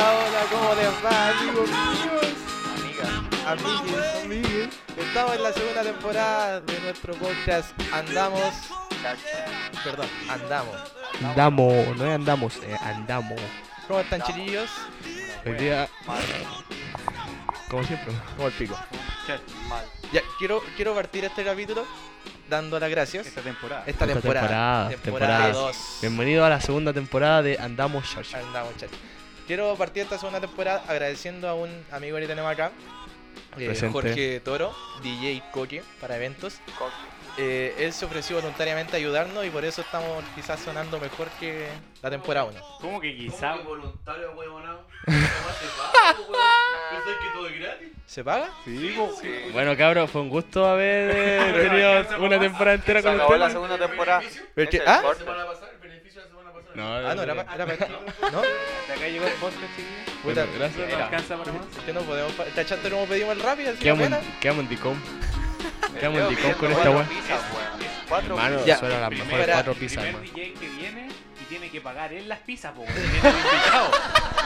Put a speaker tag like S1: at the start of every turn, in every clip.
S1: ¿Cómo les va, amigos míos? Amigues, amigues. Estamos en la segunda temporada de nuestro podcast Andamos. Perdón, Andamos.
S2: Andamos, no es andamos, eh, andamos.
S1: ¿Cómo están, chiquillos?
S2: Hoy día, como siempre, como el pico.
S1: Ya, quiero, quiero partir este capítulo dando las gracias.
S3: Esta temporada.
S1: Esta
S2: Esta
S1: temporada.
S2: temporada,
S1: Temporada
S2: temporada.
S1: 2.
S2: Bienvenido a la segunda temporada de Andamos Chacho.
S1: Andamos, muchachos. Quiero partir esta segunda temporada agradeciendo a un amigo que tenemos acá, eh,
S2: Presente.
S1: Jorge Toro, DJ Coque para eventos. Eh, él se ofreció voluntariamente a ayudarnos y por eso estamos quizás sonando mejor que la temporada 1.
S3: ¿Cómo que quizá?
S4: voluntario, huevonao? ¿Pensás que todo es gratis?
S1: ¿Se paga?
S3: Sí, po.
S2: Bueno, cabros, fue un gusto haber eh, tenido una temporada entera
S5: Se
S2: con
S5: acabó la
S2: ustedes.
S5: segunda temporada.
S1: Pero que-
S5: Ese
S1: ¿ah?
S4: La
S5: corte.
S4: semana pasada, el beneficio de la semana pasada.
S2: No,
S1: Ah, no, era, pa-
S2: bueno,
S1: era para ¿No?
S3: Hasta acá llegó el podcast, chiquillos.
S1: Puta,
S2: gracias.
S3: ¿No alcanza para más?
S1: que no podemos. pa- Esta chanta no hemos pedido más rápido, así que
S2: Quedamos,
S1: buena.
S2: en- quedamos en Dicom. Quedamos en
S5: Leo
S2: Dicom con
S5: pidiendo
S2: esta
S5: cuatro
S2: weá.
S5: pizzas, weón. Cuatro
S2: Hermano,
S1: Ya.
S2: son las
S3: Primero,
S2: mejores
S1: Espera.
S2: cuatro
S3: El
S2: pizzas,
S3: primer
S2: hermano.
S3: DJ que viene y tiene que pagar él las pizzas, po. Viene de invitado.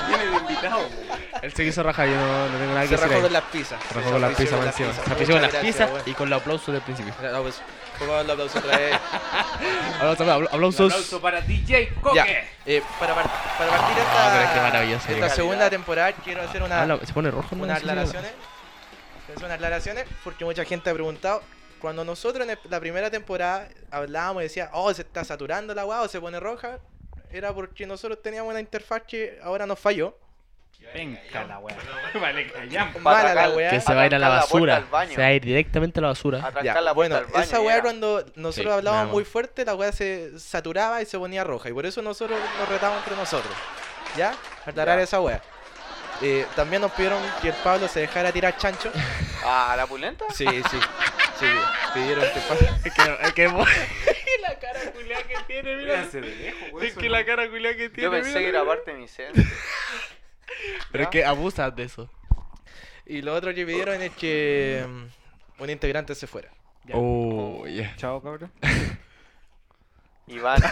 S3: Viene de invitado, po.
S2: Él se quiso rajar, yo no, no tengo nada que
S1: Se
S2: decir
S1: rajó con
S2: ahí.
S1: las pizzas.
S2: Se rajó con las pizzas
S1: con
S2: más
S1: las
S2: encima.
S1: pizzas.
S2: Se afició con
S1: Muchas
S2: las
S1: gracias,
S2: pizzas
S1: weón.
S2: y con los aplausos del principio.
S1: Ya, no, pues, pongamos el aplauso otra vez.
S2: Aplausos,
S3: Un
S2: aplausos.
S3: aplauso para DJ
S1: Ya,
S3: Coque.
S1: eh, para, par- para partir esta,
S2: Ah, pero es que maravilloso,
S1: esta
S2: Diego.
S1: segunda temporada quiero hacer una,
S2: Ah, la- se pone rojo, ¿no?
S1: unas
S2: Sí, weón.
S1: aclaraciones. Quiero hacer unas aclaraciones porque mucha gente ha preguntado. Cuando nosotros en el- la primera temporada hablábamos y decía, oh, se está saturando la guau, se pone roja, era porque nosotros teníamos una interfaz que ahora nos falló.
S3: Venga la weá. Vale, callamos.
S1: Mala la
S5: Patracal.
S1: weá.
S2: Que se va a ir a la
S5: Arrancar la puerta
S2: basura.
S5: al baño.
S2: Se va a ir directamente a la basura.
S5: Arrancar
S1: Ya,
S5: la puerta
S1: bueno,
S5: al baño,
S1: esa weá
S5: ya.
S1: cuando nosotros
S2: Sí, nada
S1: hablábamos
S2: más.
S1: muy fuerte, la weá se saturaba y se ponía roja. Y por eso nosotros nos retábamos entre nosotros. ¿Ya? Aclarar
S5: Ya.
S1: esa weá. Eh, también nos pidieron que el Pablo se dejara tirar chancho.
S5: Ah, la pulenta.
S1: Sí, sí. Sí, pidieron que Pablo.
S2: Es que, es que,
S3: Mira, se de lejos, weón.
S2: cara culia que
S5: Yo pensé que era parte de mi centro.
S2: Pero es que abusas de eso.
S1: Y lo otro que pidieron es que mm, un integrante se fuera.
S3: Ya.
S2: Oh, ya.
S3: Chao, cabrón.
S5: Iván.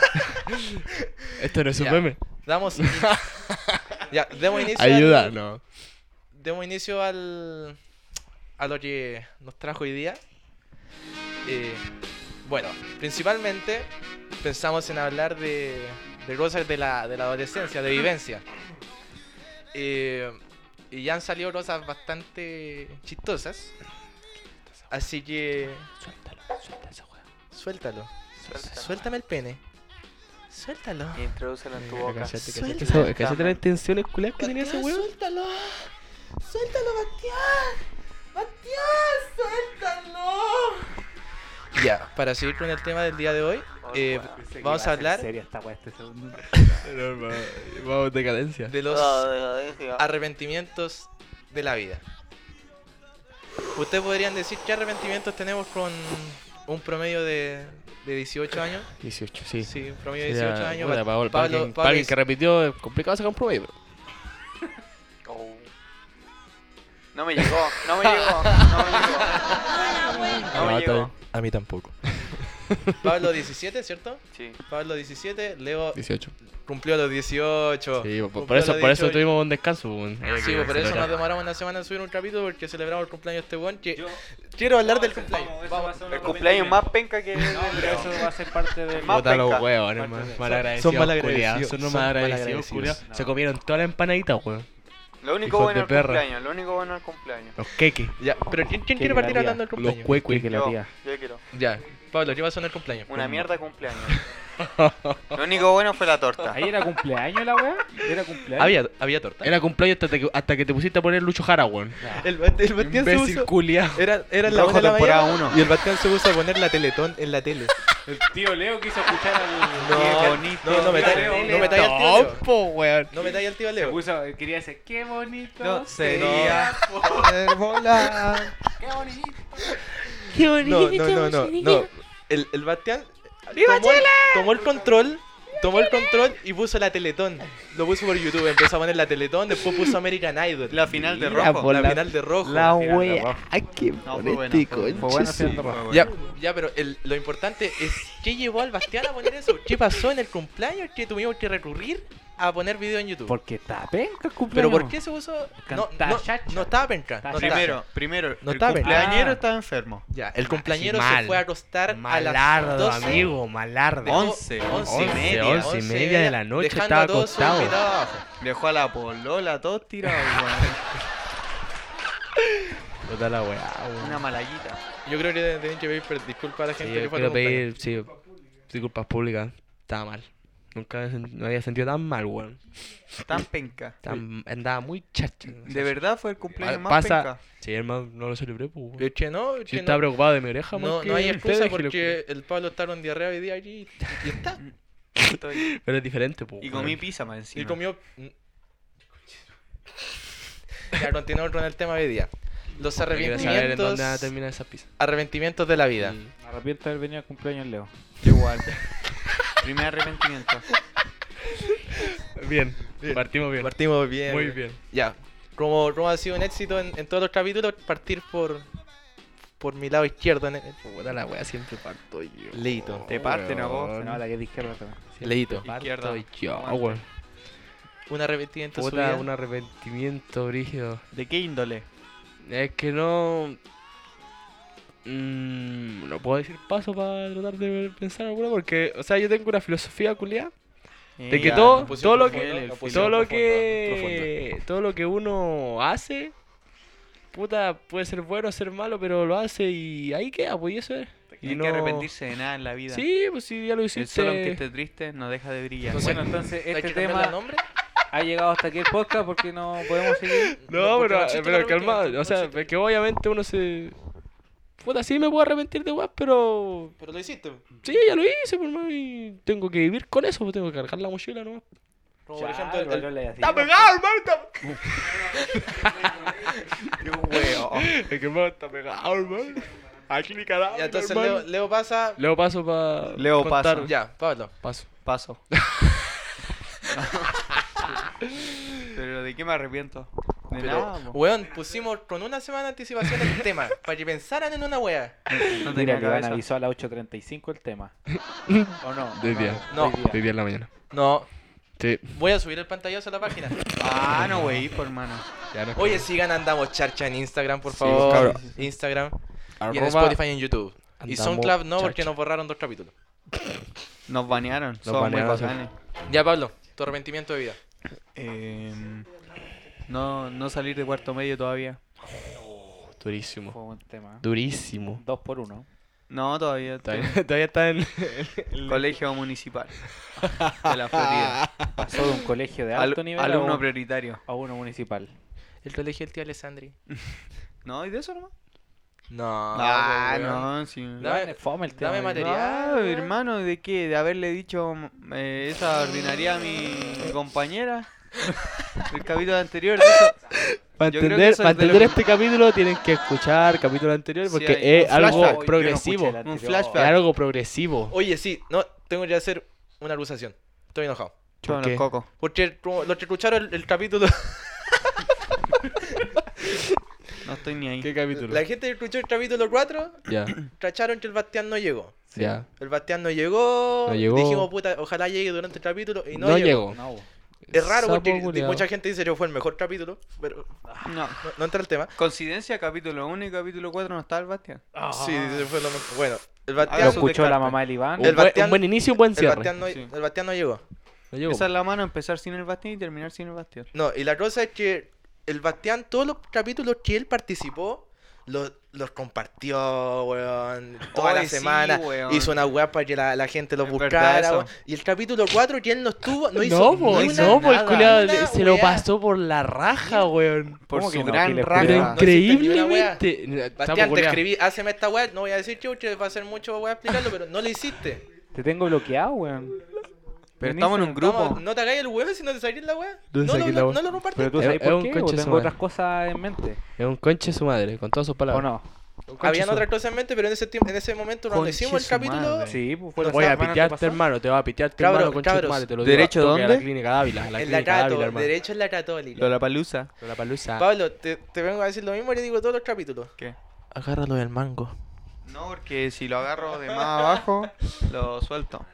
S2: Esto no es
S1: Ya.
S2: un meme.
S1: Damos. in- ya, demos inicio. al-
S2: Ayuda, no.
S1: demos inicio al a lo que nos trajo hoy día. Eh, bueno, principalmente pensamos en hablar de, de cosas de la, de la adolescencia, de vivencia. Eh, y ya han salido cosas bastante chistosas. Así que
S2: Suéltalo, suelta esa weá.
S1: suéltalo.
S5: Suéltalo. Eh,
S1: Suéltame el pene. Suéltalo.
S5: Introdúcelo en tu boca.
S2: Cállate,
S1: Suelta.
S2: cállate. Eso- Cállate las intenciones culias que tenía ese
S1: Bastián,
S2: weón.
S1: Suéltalo. Suéltalo, Bastián. Bastián, suéltalo. Ya, para seguir con el tema del día de hoy,
S5: Oh,
S1: eh,
S5: weón.
S1: vamos a hablar
S3: En serio, esta weá este segundo.
S2: Vamos, decadencia.
S1: de los
S5: Oh, de- de- de-
S1: arrepentimientos de la vida. Ustedes podrían decir qué arrepentimientos tenemos con un promedio de, de 18 años.
S2: 18, sí.
S1: Sí, un promedio de 18 años.
S2: Puta,
S1: Ba-
S2: para- para
S1: Pablo-
S2: alguien-
S1: Pablo
S2: para alguien
S1: hizo-
S2: que repitió, es complicado sacar un promedio. pero-
S5: Oh. No me llegó, no me llegó, no me llegó. No
S2: Ah,
S5: me
S2: está
S5: llegó.
S2: bien.
S1: A mí tampoco. Pablo 17, ¿cierto?
S5: Sí.
S1: Pablo 17, Leo
S2: 18.
S1: Cumplió los 18.
S2: Sí, por- por,
S1: Cumplió
S2: eso,
S1: los
S2: por eso
S1: 18.
S2: tuvimos un descanso. weón. Hay
S1: Sí,
S2: que
S1: pues, por eso
S2: celebrar.
S1: nos demoramos una semana en subir un capítulo porque celebramos el cumpleaños de este weón. que-
S3: Yo.
S1: Quiero hablar
S3: No,
S1: del
S3: eso-
S1: cumpleaños.
S3: vamos, eso va a
S1: Vamos.
S3: ser un
S5: El cumpleaños
S3: arrepentimiento.
S5: más penca que.
S3: No, pero eso va a ser parte del.
S5: Más
S2: Puta los
S5: penca.
S2: huevos,
S3: Parte de-
S2: hermano.
S3: son-
S1: son
S2: Malagradecidos,
S1: malagradecidos,
S2: son malagradecidos. Son unos
S1: son
S2: malagradecidos,
S1: malagradecidos.
S2: culiados.
S3: No.
S2: Se comieron todas las empanaditas, weón.
S5: Lo único
S2: Hijos
S5: bueno
S2: de
S5: al
S2: perra.
S5: cumpleaños, lo único bueno al cumpleaños.
S2: Los queques.
S1: Ya, pero ¿quién, quién
S3: Qué
S1: quiere partir
S3: maravilla.
S1: hablando del
S2: Los
S1: cumpleaños?
S2: cueques.
S3: Que la
S5: Yo,
S3: tía.
S5: yo quiero.
S1: Ya, Pablo, ¿qué pasó en el cumpleaños?
S5: Una mierda de cumpleaños. Lo único bueno fue la torta.
S3: Ahí era cumpleaños la weá. Era cumpleaños.
S1: Había, había torta.
S2: ¿Eh? Era cumpleaños hasta que, hasta que te pusiste a poner Lucho Jara, weón.
S1: El, Bat- el Bastián se
S2: Imbécil
S1: puso.
S2: culiao.
S1: Era, era la
S5: Rojo
S1: una de la
S5: temporada
S1: mañana
S5: uno.
S1: Y el Bastián se puso a poner la teletón en la tele.
S3: El tío Leo quiso escuchar al.
S1: No,
S3: Qué bonito.
S1: no, no me
S3: tío
S1: talla-
S3: Leo.
S1: no me talla el tío Leo.
S2: Topo, weón.
S1: No me talla el tío
S3: Se
S1: Leo.
S3: puso, quería decir, qué bonito.
S1: No,
S3: sería.
S1: Volar.
S3: Qué bonito.
S2: Qué
S1: No, no, no, no, no. El, el Bastián tomó, el- tomó el control, tomó el control y puso la Teletón. Lo puso por YouTube, empezó a poner la Teletón, después puso American Idol. La,
S5: La final de
S2: Mira,
S5: rojo.
S2: por la-
S1: final de rojo.
S2: La
S3: Tirando
S2: wea.
S3: rojo.
S2: Ay, qué
S5: No, fue
S2: bonito,
S5: buena,
S3: Fue bueno
S2: conche
S3: haciendo
S2: su-
S3: rojo.
S1: Ya, ya, pero el- lo importante es ¿qué llevó al Bastián a poner eso? ¿Qué pasó en el cumpleaños? ¿Qué tuvimos que recurrir? a poner video en YouTube.
S3: Porque está penca el
S1: ¿Pero
S3: cumpleaños.
S1: por qué se puso? No,
S3: Canta
S1: no,
S3: chacha.
S1: no estaba penca.
S3: Está
S1: no estaba.
S5: Primero, primero,
S1: No
S5: el
S1: está, ¿verdad?
S5: cumpleañero
S3: Ah.
S5: estaba enfermo.
S1: Ya, el cumpleañero
S2: Ah, sí,
S1: se
S2: mal.
S1: fue a acostar a las
S2: Malardo,
S1: 12.
S2: amigo, malardo.
S1: Dejó
S5: Once, once y
S1: once,
S5: media,
S2: once y
S1: once
S2: media de la noche
S1: dejando
S2: estaba
S1: a todos sus
S2: acostado.
S1: invitados abajo.
S5: Dejó a la polola, todos tirados, weón.
S2: Puta la weá, weón.
S5: Una malayita.
S1: Yo creo que tienen que pedir per- disculpas a la
S2: Sí,
S1: gente que
S2: yo
S1: fue a tu
S2: quiero
S1: cumpleaños.
S2: pedir sí, disculpas públicas. Estaba mal. Nunca había sen- me había sentido tan mal, weón.
S5: Tan penca.
S2: Tan- andaba muy chacha.
S5: De verdad fue el cumpleaños más
S2: Pasa.
S5: penca.
S2: Sí, hermano, no lo celebré, pues, weón.
S1: Es que no, es
S2: Si
S1: que
S2: estaba
S1: no,
S2: preocupado de mi oreja,
S1: no-
S2: más que
S1: no hay
S2: de ustedes,
S1: excusa
S2: que lo-
S1: porque el Pablo está con diarrea hoy día allí y- y está.
S5: Estoy-
S2: Pero es diferente, pues.
S5: Y
S2: weón.
S5: comí pizza más encima.
S1: Y comió. mm. Ya, continuamos con el tema de hoy día. Los
S2: Yo Quiero saber en
S1: arrepentimientos,
S2: dónde va a terminar esa pizza.
S1: arrepentimientos de la vida.
S2: Y-
S3: Me arrepiento de haber venido al cumpleaños Leo.
S5: Yo igual. Primer arrepentimiento.
S2: Bien, partimos bien.
S1: Partimos bien.
S2: Muy bien.
S1: Ya. Como, como ha sido un éxito en, en todos los capítulos, partir por por mi lado izquierdo. En el-
S2: Puta la weá, siempre parto yo.
S1: Leito.
S5: Te parten a vos.
S3: No, la que es de izquierda también.
S1: Leito.
S5: Izquierda.
S2: Parto yo,
S5: Aguante.
S2: weón.
S1: Un arrepentimiento de su
S2: Puta,
S1: vida.
S2: un arrepentimiento, brígido.
S5: ¿De qué índole?
S2: Es que no. Mm, no puedo decir paso para tratar de pensar alguna porque, o sea, yo tengo una filosofía culiada de que
S5: Eh, Ya,
S2: todo,
S1: nos
S2: todo lo
S1: pusimos
S2: que,
S1: profundo, nos
S2: todo lo
S1: pusimos
S2: que, todo lo que uno hace, puta, puede ser bueno, ser malo, pero lo hace y ahí queda, pues y eso es.
S5: No
S2: Y
S5: hay
S2: no-
S5: que arrepentirse de nada en la vida.
S2: Sí, pues si ya lo
S5: El solo aunque
S2: hiciste.
S5: esté triste no deja de brillar.
S1: No sé.
S3: Bueno, entonces
S1: ¿Hay
S3: este
S1: que cambiarle el
S3: tema
S1: nombre?
S3: ha llegado hasta aquí el podcast porque no podemos seguir.
S2: No,
S1: porque
S2: pero,
S1: existe
S2: pero
S1: la última,
S2: calmado,
S1: no
S2: o sea,
S1: existe.
S2: es que obviamente uno se. Puta, sí me puedo arrepentir de weas, pero.
S1: Pero lo hiciste.
S2: Sí, ya lo hice, por más, y tengo que vivir con eso, pues, tengo que cargar la mochila nomás.
S1: Como por ejemplo, el- Ah, pues, el-
S3: ¡Está
S5: Qué hueón.
S2: Es que hermano está pegado, hermano. Aquí mi carajo.
S1: ya, entonces Leo, Leo pasa.
S2: Leo paso para.
S5: Leo paso.
S1: Ya, Pablo.
S2: Paso.
S5: Paso. Pero ¿de qué me arrepiento? De
S1: Pero, uh,
S5: nada. po.
S1: weón, pusimos con una semana de anticipación el tema para que pensaran en una wea.
S5: No tenía
S3: Mira, que van
S5: cabeza.
S3: avisó a las 8.35 el tema. ¿O no?
S2: De
S3: ¿O
S2: día.
S1: No.
S3: De día.
S2: en la mañana.
S1: No,
S2: Sí,
S1: voy a subir el pantallazo a la página.
S5: Ah, no, wey, hijo, hermano.
S2: ya no.
S1: Oye, sigan Andamos Charcha en Instagram, por
S2: Sí,
S1: favor.
S2: cabrón.
S1: Instagram. Y en
S2: Arroba
S1: Spotify y en YouTube. y
S2: Andamos
S1: SoundCloud no, porque
S2: Charcha.
S1: nos borraron dos capítulos.
S5: Nos banearon. Nos
S2: banearon, sí.
S5: bacanes.
S1: Ya, Pablo, tu arrepentimiento de vida.
S5: Em, no, no salir de cuarto medio todavía.
S2: Durísimo.
S3: Fue un tema.
S2: Durísimo.
S3: Dos por uno.
S5: No, todavía. estoy
S2: Todavía, todavía está en.
S5: en el Colegio municipal de la Florida.
S3: Pasó de un colegio de
S5: Al-
S3: alto nivel a
S5: alumno
S3: un-
S5: prioritario.
S3: a uno municipal.
S1: El colegio del tío Alessandri.
S5: No, ¿y de eso nomás?
S1: No.
S5: Ah,
S1: weón.
S5: no, sí.
S1: La- Dame-
S3: Dame, fome el tema.
S1: dame
S3: yo-
S1: material.
S5: Ah,
S1: weón.
S5: hermano, ¿de qué? ¿De haberle dicho mm, eh, esa ordinaria a mi compañera? El capítulo anterior, de eso.
S2: Para
S5: Yo creo que
S2: entender,
S5: eso
S2: para
S5: es de lo
S2: entender
S5: que-
S2: este capítulo tienen que escuchar el capítulo anterior
S5: Sí,
S2: porque
S5: hay-
S2: es
S5: un flashback. Yo
S2: algo
S5: no
S2: progresivo.
S3: Yo no escuché el
S5: Un
S3: anterior.
S2: Es
S5: flashback.
S2: algo progresivo.
S1: Oye, sí, no, tengo que hacer una acusación. Estoy enojado.
S5: Chupa
S2: qué?
S5: los cocos.
S1: Porque como los que escucharon el, el capítulo,
S5: No estoy ni ahí.
S2: ¿Qué capítulo?
S1: la gente que escuchó el capítulo 4,
S2: Ya,
S1: cacharon que el Bastián no llegó.
S2: ya.
S1: El Bastián no llegó,
S2: No llegó.
S1: dijimos, puta, ojalá llegue durante el capítulo y no,
S2: No
S1: llegó.
S2: llegó.
S3: No,
S1: Es raro
S2: Sapo
S1: porque
S2: culiao.
S1: mucha gente dice que fue el mejor capítulo, pero
S5: No.
S1: no, no entra el tema.
S5: Coincidencia, capítulo 1 y capítulo 4 no está el Bastián.
S6: Ah.
S1: Sí, dice, fue lo mejor. Bueno, el
S3: lo
S5: Hagan
S1: Bastián,
S5: sus
S3: escuchó la
S5: descartes.
S3: mamá del Iván.
S2: Un,
S1: El
S2: buen-
S1: Bastián-
S2: un buen inicio, un buen
S1: el
S2: cierre.
S1: Bastián no,
S5: Sí.
S1: el Bastián no llegó.
S2: No llegó.
S5: Esa es la mano, empezar sin el Bastián y terminar sin el Bastián.
S1: No, y la cosa es que el Bastián, todos los capítulos que él participó, los, los compartió, weón. Toda
S5: Oye,
S1: la
S5: sí,
S1: semana
S5: weón.
S1: hizo una weá para que la, la gente lo
S5: Es verdad
S1: buscara,
S5: eso.
S1: weón. Y el capítulo 4 que él no estuvo, no
S2: No,
S1: hizo
S2: po,
S1: ni
S5: hizo
S1: una-
S2: no, po, el
S5: nada.
S2: culiao
S1: Una
S2: le- se lo
S1: weá.
S2: pasó por la raja, weón.
S5: Por
S3: ¿Cómo que
S5: su
S3: no?
S5: gran
S3: Giles,
S5: raja.
S2: Pero
S3: culiao.
S2: increíblemente.
S1: Bastián, te escribí, hazme esta weá, no voy a decir chucho, va a ser mucho weá explicarlo, pero no lo hiciste.
S3: Te tengo bloqueado, weón.
S5: Pero estamos en un grupo.
S1: Vamos, no te hagáis el weón si no te salís la weá.
S2: No
S1: No,
S2: te
S1: lo-
S2: saquís la
S1: no-
S2: weá.
S1: no lo compartiste.
S3: Pero tú
S2: Es-
S3: sabes
S2: es un
S3: por qué, o
S2: conche su
S3: tengo
S2: madre.
S3: otras cosas en mente.
S2: Es un conche su madre, con todas sus
S3: ¿O
S2: palabras.
S3: no?
S2: Un conche
S1: Habían
S2: su-
S1: otras cosas en mente, pero en ese, tiemp- en ese momento cuando
S5: Conche
S1: hicimos el
S5: su
S1: capítulo,
S5: madre.
S3: Sí, pues fue
S1: Lo
S3: la
S2: Voy a
S3: semana que
S2: pitearte,
S3: pasó.
S2: hermano, te va a pitear,
S1: Cabros,
S2: hermano, conche su
S1: cabros.
S2: madre. Te lo digo.
S5: ¿Derecho
S2: Toque A la
S5: dónde?
S2: clínica Dávila, a la
S1: en la
S2: clínica
S1: Cato,
S2: Dávila, hermano.
S1: derecho en la católica.
S5: Lo la palusa.
S2: La palusa.
S1: Pablo, te, te vengo a decir lo mismo y le digo todos los capítulos.
S5: ¿Qué?
S1: Agárralo del mango.
S5: No, porque si lo agarro de más abajo, lo suelto.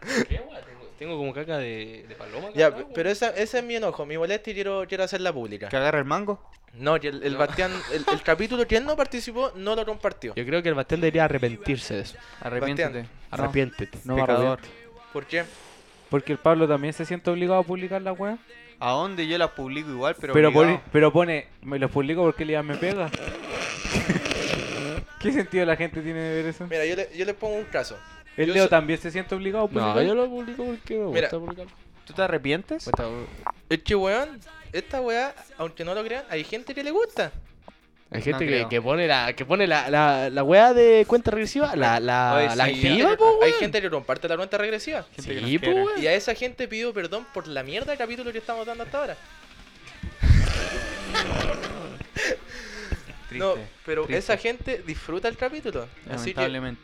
S2: Tengo como caca de, de paloma.
S1: Ya,
S2: cabrón,
S1: pero
S2: weón.
S1: esa- ese es mi enojo, mi molestia y quiero, quiero hacerla pública.
S5: ¿Que agarra el mango?
S1: No, que el, el Bastián, el, el capítulo que él no participó, no lo compartió.
S2: Yo creo que el Bastián debería arrepentirse de eso.
S5: Arrepiéntete.
S2: Arrepiéntete.
S5: No,
S6: Pecador.
S5: pecador.
S1: ¿Por qué?
S6: Porque el Pablo también se siente obligado a publicar la weá.
S5: ¿A dónde yo las publico igual, pero.
S6: Pero, pone-
S5: obligado.
S6: pero pone, me los publico porque Lian me pega. ¿Qué sentido la gente tiene de ver eso?
S1: Mira, yo le, yo le pongo un caso.
S6: El
S1: yo
S6: Leo
S1: so-
S6: también se siente obligado a publicar.
S2: No, yo lo publico porque me
S1: Mira.
S2: gusta publicarlo.
S5: ¿Tú te arrepientes?
S1: Es que, weón, esta weá, aunque no lo crean, hay gente que le gusta.
S2: Hay
S5: No
S2: gente que,
S5: creo.
S2: que pone la que pone la, la, la weá de cuenta regresiva, la, la,
S5: Oye,
S2: la
S5: sí,
S2: activa,
S5: ya.
S2: po,
S1: Hay
S2: Oh, weón.
S1: gente que comparte la cuenta regresiva.
S5: gente
S2: Sí,
S5: que nos
S2: po,
S5: quiere.
S2: weón.
S1: Y a esa gente pido perdón por la mierda de capítulo que estamos dando hasta ahora.
S5: Triste.
S1: No, pero
S5: triste.
S1: esa gente disfruta el capítulo. Así que
S5: Lamentablemente.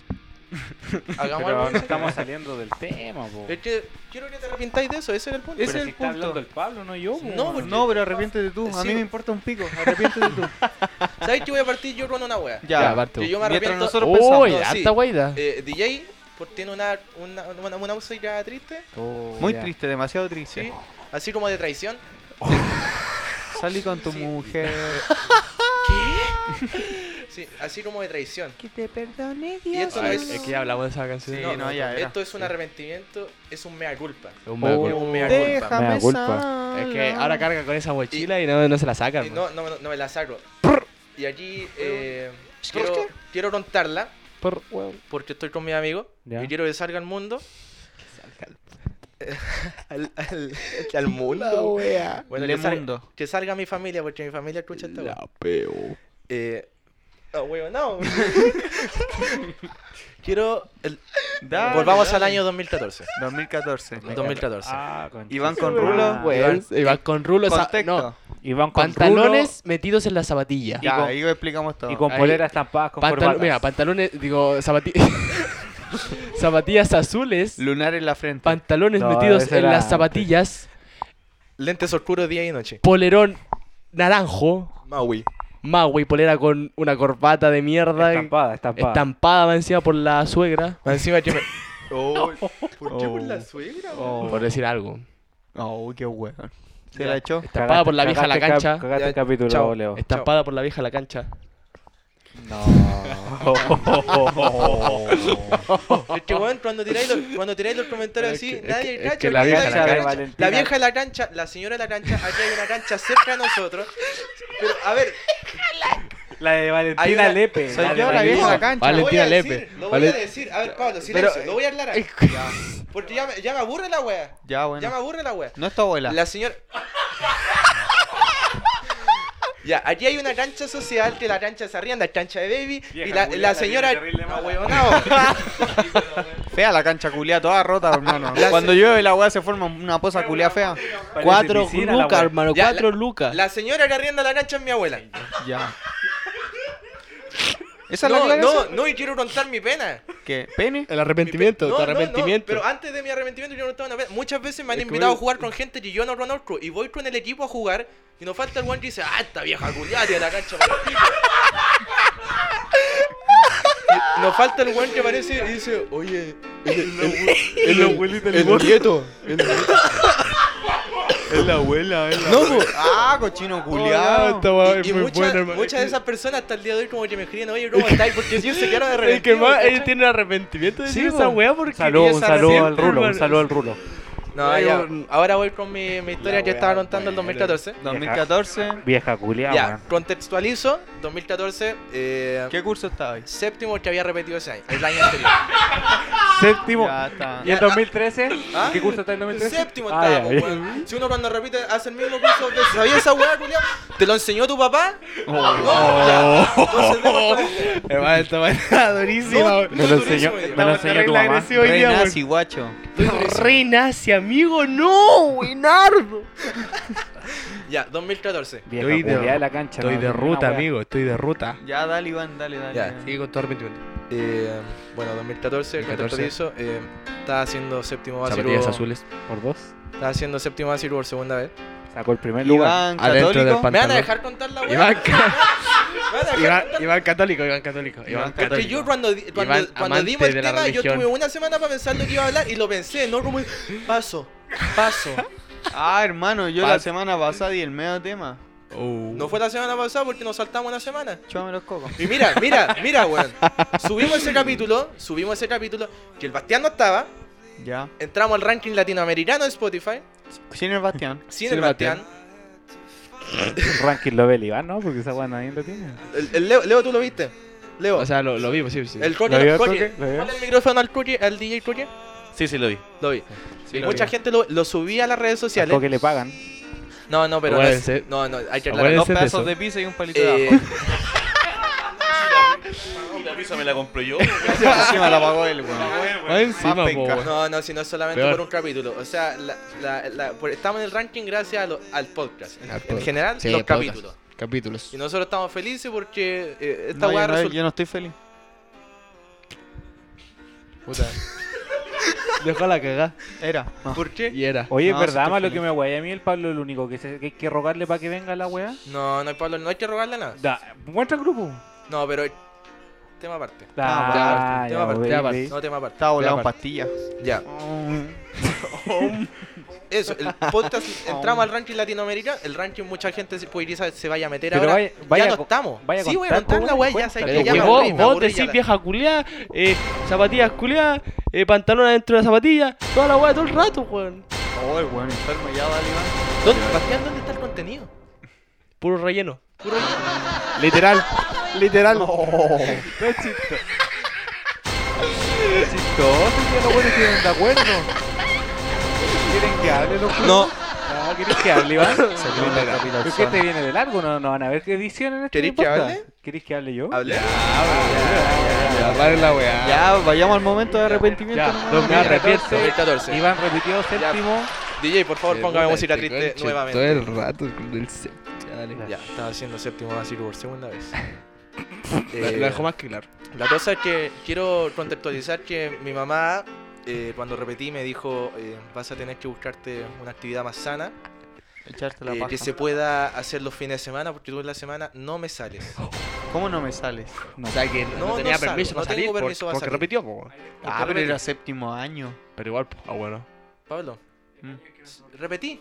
S1: hagamos
S6: Pero
S1: algo.
S6: no
S1: de eso.
S6: estamos saliendo del tema, po.
S1: Es que quiero que te arrepintáis de eso, ese era el punto.
S5: Ese
S6: Pero
S5: es
S6: si
S5: el
S6: está hablando
S5: punto.
S6: el Pablo, no yo, po.
S1: No, porque-
S5: No, pero arrepiéntete tú. A
S1: Sí.
S5: mí me importa un pico. Arrepiéntete tú.
S1: ¿Sabes que voy a partir yo con una wea?
S5: Ya.
S2: Ya, parte,
S1: Que yo me
S5: Mientras
S1: arrepiento.
S5: nosotros pensamos.
S2: Uy,
S1: no, sí.
S2: harta guaida.
S1: Eh, DJ, por tiene una, una, una, una música triste,
S6: Oh,
S5: Muy
S6: ya.
S5: triste, demasiado triste.
S1: ¿sí? Así como de traición.
S5: Salí con tu mujer.
S1: Sí, así como de traición.
S5: Que te perdone
S1: Y esto no
S2: Ay,
S1: es.
S2: es que ya hablamos de esa canción.
S5: Sí,
S1: no,
S5: no, ya era.
S1: esto es un arrepentimiento, es un mea culpa.
S2: Es un mea
S6: Oh.
S1: Es
S2: culpa.
S1: un mea culpa.
S6: Me da
S5: Déjame
S6: culpa.
S5: sola.
S2: Es que ahora carga con esa mochila y no, no se la sacan.
S1: Y
S2: weón.
S1: no, Eh, no, no, no me la saco. Y aquí eh, quiero, quiero contarla
S6: Por- weón.
S1: porque estoy con mi amigo
S6: Ya.
S1: y quiero que salga al mundo. al, al, al mundo. Bueno,
S5: Le
S1: que, sal-
S5: mundo.
S1: que salga mi familia porque mi familia escucha esta wea.
S2: La peo.
S1: Eh, no, weón, no. quiero. el-
S5: Dale,
S1: volvamos al
S5: dale.
S1: año 2014.
S5: 2014.
S1: 2014
S6: Ah, concha.
S5: Iván con
S6: Ah,
S5: Rulo.
S2: Weón, y va con rulo. esa-
S5: Contexto.
S2: No,
S6: Iván con
S2: pantalones metidos en la zapatilla.
S5: Ah, Ya,
S6: con-
S5: ahí explicamos todo.
S6: rulo y con
S2: Ahí.
S6: poleras estampadas con
S2: Pantal-
S6: corbatas.
S2: Mira, pantalones, digo, zapatillas. zapatillas azules.
S5: Lunar en la frente.
S2: Pantalones
S6: No,
S2: metidos en
S6: ese era
S2: las
S6: antes.
S2: zapatillas.
S1: Lentes oscuros día y noche.
S2: Polerón naranjo.
S1: Maui.
S2: Maui, polera con una corbata de mierda.
S6: Estampada, estampada.
S2: estampada más encima por la suegra.
S1: Más encima que me.
S5: ¿Por qué por la suegra? Oh,
S2: Por decir algo.
S5: oh, qué weón. Se la echó.
S6: Cagaste-
S2: Estampada por la vieja a la
S6: cagaste
S2: cancha.
S6: cap- Cagaste el
S1: Ya,
S6: capítulo,
S1: chao.
S6: Leo.
S2: Estampada por la vieja a la cancha.
S1: Es que, weón, cuando tiráis los, cuando tiráis los comentarios así,
S2: que- Oh. es
S1: nadie
S2: que- es
S1: cacha.
S2: que la
S1: porque
S2: vieja
S1: nadie
S2: la
S1: cacha.
S6: cancha. Valentina-
S1: La vieja de la cancha, la señora de la cancha, aquí hay una cancha cerca de nosotros. Pero, a ver,
S6: La de
S1: Hay
S6: Valentina
S1: una-
S6: Lepe.
S5: Soy
S6: de
S5: yo la vieja de la
S6: Valentina.
S5: cancha.
S1: lo voy
S2: Valentina
S1: a decir,
S2: Lepe.
S1: lo voy
S2: Vale-
S1: a decir. A ver, Pablo, silencio,
S2: Pero- eh,
S1: lo voy a aclarar. Porque ya, me- ya me aburre la wea.
S5: Ya,
S1: Ya me
S5: bueno.
S1: aburre la wea.
S5: No es tu abuela.
S1: La señora. Ya, aquí hay una cancha social que la cancha se arrienda, cancha de baby. y
S3: Vieja
S1: la,
S3: culiada,
S1: la señora.
S3: vieja terrible mala.
S1: Ahueonao.
S5: Fea la cancha culia, toda rota, hermano.
S1: La
S5: Cuando llueve la weá se forma una poza culia fea.
S6: Parece
S2: Cuatro
S6: piscina la
S2: lucas,
S6: wea.
S2: hermano.
S1: Ya,
S2: Cuatro lucas.
S1: La señora que arrienda la cancha es mi abuela.
S5: Ya. Esa es
S1: No,
S5: la
S1: no,
S5: aclaración?
S1: no, y quiero contar mi pena.
S5: ¿Qué? ¿Pene?
S2: El
S1: Mi pe-
S2: arrepentimiento,
S1: No,
S2: tu
S1: no, no,
S2: arrepentimiento.
S1: pero antes de mi arrepentimiento, yo no estaba una pena. Muchas veces me han
S2: Es que
S1: invitado a
S2: bueno-
S1: jugar con gente que yo no conozco. Y voy con el equipo a jugar. Y nos falta el one que dice: Ah, esta vieja culiada tiene la cancha para el pico". Y Nos falta el one que aparece y dice: Oye, el, el, el, el, el nieto. el nieto".
S5: Es la abuela, es la
S2: No, po.
S5: Ah, cochino
S2: Ah,
S5: culiado.
S2: esta wea es
S1: Y, y
S2: muy
S1: muchas-
S2: buena, hermano.
S1: muchas de esas personas hasta el día de hoy, como que me escriben: Oye, ¿cómo estáis? Porque ellos se quedaron de
S2: El que más,
S1: ¿cachai?
S2: ellos tienen arrepentimiento de
S5: Sí,
S2: decir esa
S5: po.
S2: wea porque.
S6: Saludo, un
S2: esa
S6: saludo al
S2: siempre,
S6: Rulo, un
S2: hermano.
S6: saludo al Rulo.
S1: No,
S2: Ya,
S1: ya,
S2: weón.
S1: ahora voy con mi, mi historia
S6: La
S1: que
S6: wea
S1: estaba contando el
S6: buena.
S1: 2014.
S5: 2014.
S6: Vieja culiada,
S1: ya, contextualizo, 2014, eh,
S5: ¿Qué curso estabais?
S1: séptimo que había repetido ese año, el año anterior.
S6: Séptimo.
S5: Ya está.
S6: ¿Y el 2013?
S1: ¿Ah?
S6: ¿Qué curso está en 2013?
S1: séptimo
S6: Ah,
S1: estaba,
S6: ya,
S1: po, weón. Si uno cuando repite hace el mismo curso dos veces, ¿sabías esa weá, culiao? ¿Te lo enseñó tu papá?
S2: Oh.
S1: No, ya. Entonces, demos cuenta.
S2: Hermano, esta wea está durísima.
S1: No,
S2: wea.
S6: Me lo enseñó,
S1: Estamos
S6: me lo enseñó tu
S2: terrible
S6: mamá.
S2: agresivos hoy día, weón.
S5: Renazi, guacho.
S2: Renace, amigo, no, Winardo.
S1: Ya, 2014.
S6: Vieja
S2: Estoy de-
S6: culiada de la cancha.
S2: Estoy
S6: no,
S2: de
S6: una
S2: ruta,
S6: wea.
S2: amigo, estoy de ruta.
S5: Ya, dale, Iván, dale, dale.
S1: Ya,
S5: dale.
S2: Sigue con tu arrepentimiento.
S1: Eh, bueno, 2014,
S2: 2014.
S1: contextualizo, eh, estaba haciendo séptimo básico.
S2: Zapatillas azules.
S6: Por dos.
S1: Estaba haciendo séptimo básico por segunda vez.
S6: Sacó el primer lugar.
S5: Iván,
S2: Adentro
S1: ¿Me
S2: del
S5: católico.
S1: van a
S2: pantalón.
S1: dejar contar la weá?
S2: Iván, ca- Iván, Iván católico, Iván católico. Iván
S5: Iván
S1: Es que yo
S2: católico.
S1: cuando, di- cuando,
S2: Iván,
S1: cuando
S2: amante
S1: dimos el
S2: de la
S1: tema, yo
S2: religión.
S1: tuve una semana para pensar lo que iba a hablar y lo pensé, no como paso, paso.
S5: Ah, hermano, yo la
S1: Pas-
S5: semana pasada y el medio tema.
S2: Oh.
S1: No fue la semana pasada porque nos saltamos una semana.
S5: Chúpame los cocos.
S1: Y mira, mira, mira, weón. Subimos ese capítulo, subimos ese capítulo, que el Bastián no estaba,
S5: Ya.
S1: entramos al ranking latinoamericano de Spotify,
S5: Sin el Bastián.
S1: sin
S2: Sin
S1: el
S2: el
S1: Bastián.
S6: Ranking lo ve el Iván, ¿no? Porque esa weá nadie lo tiene.
S1: El, el Leo, Leo, tú lo viste. Leo,
S2: O sea, lo, lo vimos, sí, sí.
S1: el
S6: ¿Lo
S1: coche,
S6: vio
S1: el
S6: el
S1: coche.
S6: Coque? ¿Lo vio?
S1: Ponle el micrófono al coche, al DJ coche.
S3: Sí, sí, lo vi.
S1: Lo vi.
S2: Sí,
S1: Y
S2: lo
S1: mucha
S2: vi.
S1: gente lo, lo subía a las redes sociales.
S6: Porque le pagan.
S1: No, no, pero no, es-
S2: Acuérdense.
S1: no, no, hay que
S2: Acuérdense.
S1: aclarar.
S5: Dos
S2: es
S5: pedazos
S2: eso?
S5: de pizza y un palito de
S1: Eh,
S5: ajo.
S3: Y la pizza me la compro yo.
S5: Encima la pagó él, weón.
S2: Más encima,
S5: Más
S2: po,
S5: penca.
S2: weón.
S1: No, no, si no es solamente
S2: Peor.
S1: por un capítulo. O sea, la- la- la- por- estamos en el ranking gracias a lo- al podcast. En,
S2: Al
S1: en
S2: podcast.
S1: general,
S2: Sí,
S1: los
S2: podcast.
S1: capítulos.
S2: Capítulos.
S1: Y nosotros estamos felices porque eh, esta
S5: No,
S1: weá
S5: yo, no,
S1: resultó.
S5: yo no estoy feliz.
S2: Puta. Dejó la cagada.
S5: Era. No.
S1: ¿Por qué?
S2: Y era.
S6: Oye,
S5: No,
S6: ¿es
S5: sí
S6: verdad
S5: estoy
S6: más lo
S5: feliz.
S6: que me guay a mí el Pablo es el único que, se- que hay que rogarle para que venga la weá?
S1: No, no, Pablo, no hay que rogarle nada.
S6: Da, muestra el grupo.
S1: No, pero. Tema aparte.
S6: Da,
S1: Tema aparte.
S2: Ah,
S6: ya,
S1: Tema
S6: baby.
S1: aparte. No, tema aparte.
S5: Estaba volado en
S2: Aparte.
S5: pastillas.
S1: Ya. Eso, el podcast. Entramos al ranking Latinoamérica. El ranking, mucha gente se puede quizás se vaya a meter
S6: Pero
S1: ahora.
S6: vaya- vaya
S1: ya no
S6: con-
S1: estamos.
S6: vaya
S1: sí,
S6: con
S1: voy a contar
S6: tanto,
S1: la weá.
S6: weón,
S1: Ya sabes
S2: Pero
S1: que ya
S2: que
S1: me
S2: Eh, vos,
S1: aburrí, me
S2: vos
S1: aburrí ya
S2: decís
S1: la-
S2: vieja culiá, eh, zapatillas culiá, eh, pantalón adentro de la zapatilla, toda la weá todo el rato, weón.
S5: Oh, el weón enfermo ya, dale, Iván.
S1: ¿Dónde, Bastián, ¿dónde está el contenido?
S2: Puro relleno.
S1: Puro
S2: Literal, literal.
S6: No es chistoso. No es chistoso, ya los buenos tienen de acuerdo. ¿Quieren que hable los
S1: No.
S6: No, ¿quieren que hable, Iván?
S5: Segundo capítulo.
S6: ¿Pero qué te viene de largo? No, no van a ver qué edición en este
S1: ¿Queréis que
S6: podcast.
S1: hable?
S6: ¿Queréis que hable yo?
S1: Hablé.
S2: Ya, paren la weá.
S5: Ya, vayamos al momento de arrepentimiento.
S6: Ya,
S5: nomás.
S6: dos
S2: Me
S6: mil-
S2: arrepiento.
S1: 2014.
S6: Iván repitió séptimo.
S1: DJ, por favor, póngame música triste nuevamente.
S2: el rato con el set. Ya, dale.
S1: Ya, estaba haciendo séptimo básico por segunda vez.
S2: La-
S1: Eh,
S2: Lo dejó más que claro.
S1: La cosa es que quiero contextualizar que mi mamá, eh, cuando repetí, me dijo: eh, vas a tener que buscarte una actividad más sana
S5: Echarte la
S1: eh,
S5: paja.
S1: que se pueda hacer los fines de semana, porque tú en la semana no me sales.
S5: ¿Cómo no me sales?
S2: O sea que no,
S1: No, no
S2: tenía
S1: salgo,
S2: permiso
S1: no
S2: para
S1: tengo
S2: salir por-
S1: permiso para
S2: porque
S1: salir.
S2: repitió, po, weón.
S5: Ah, pero era séptimo año.
S2: Pero igual, po. Ah, bueno.
S1: Pablo,
S5: Mm.
S1: repetí.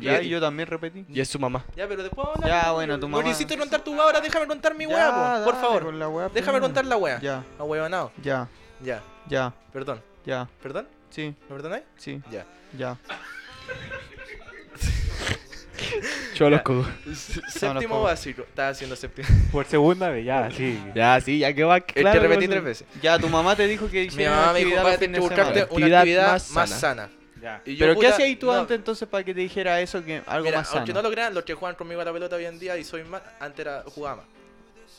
S5: Ya,
S2: Y-
S5: yo también repetí.
S2: Y es su mamá.
S1: Ya, pero después vamos a hablar.
S5: Ya, bueno, tu
S1: No
S5: mamá.
S1: quisiste contar tu ahora déjame contar mi
S5: Ya,
S1: hueá, po, por
S5: dale
S1: favor.
S5: con la Mm. weá
S1: Déjame
S5: primero.
S1: contar la hueá.
S5: Ya,
S1: Ah, huevonao.
S5: ya,
S1: Ya,
S5: ya,
S1: perdón.
S5: ya.
S1: ¿Perdón?
S5: Sí,
S1: ¿Me perdonáis?
S5: sí,
S1: Ya.
S5: ya.
S2: Yo los
S1: Séptimo
S5: como.
S1: básico. Estaba haciendo séptimo.
S6: Por segunda vez, ya, sí.
S2: Ya, sí, ya que va. que
S1: Es que
S2: claro que
S1: repetí
S2: va a
S1: tres
S2: ser-
S1: veces.
S5: Ya, tu mamá te dijo que
S1: Mi
S5: hicieras
S1: mamá me dijo,
S5: actividad
S1: "Papá,
S5: los
S1: tienes
S5: fines
S1: que
S5: de
S1: buscarte una
S5: semana".
S2: Actividad
S1: actividad más
S2: más
S1: sana.
S6: Ya.
S1: Y yo,
S5: Pero ¿qué
S1: puta,
S5: hacías ahí tú
S1: no,
S5: antes entonces para que te dijera eso, que algo
S1: mira,
S5: más sano?
S1: aunque no lo crean, los que juegan conmigo a la pelota hoy en día y soy más, antes era, jugaba más.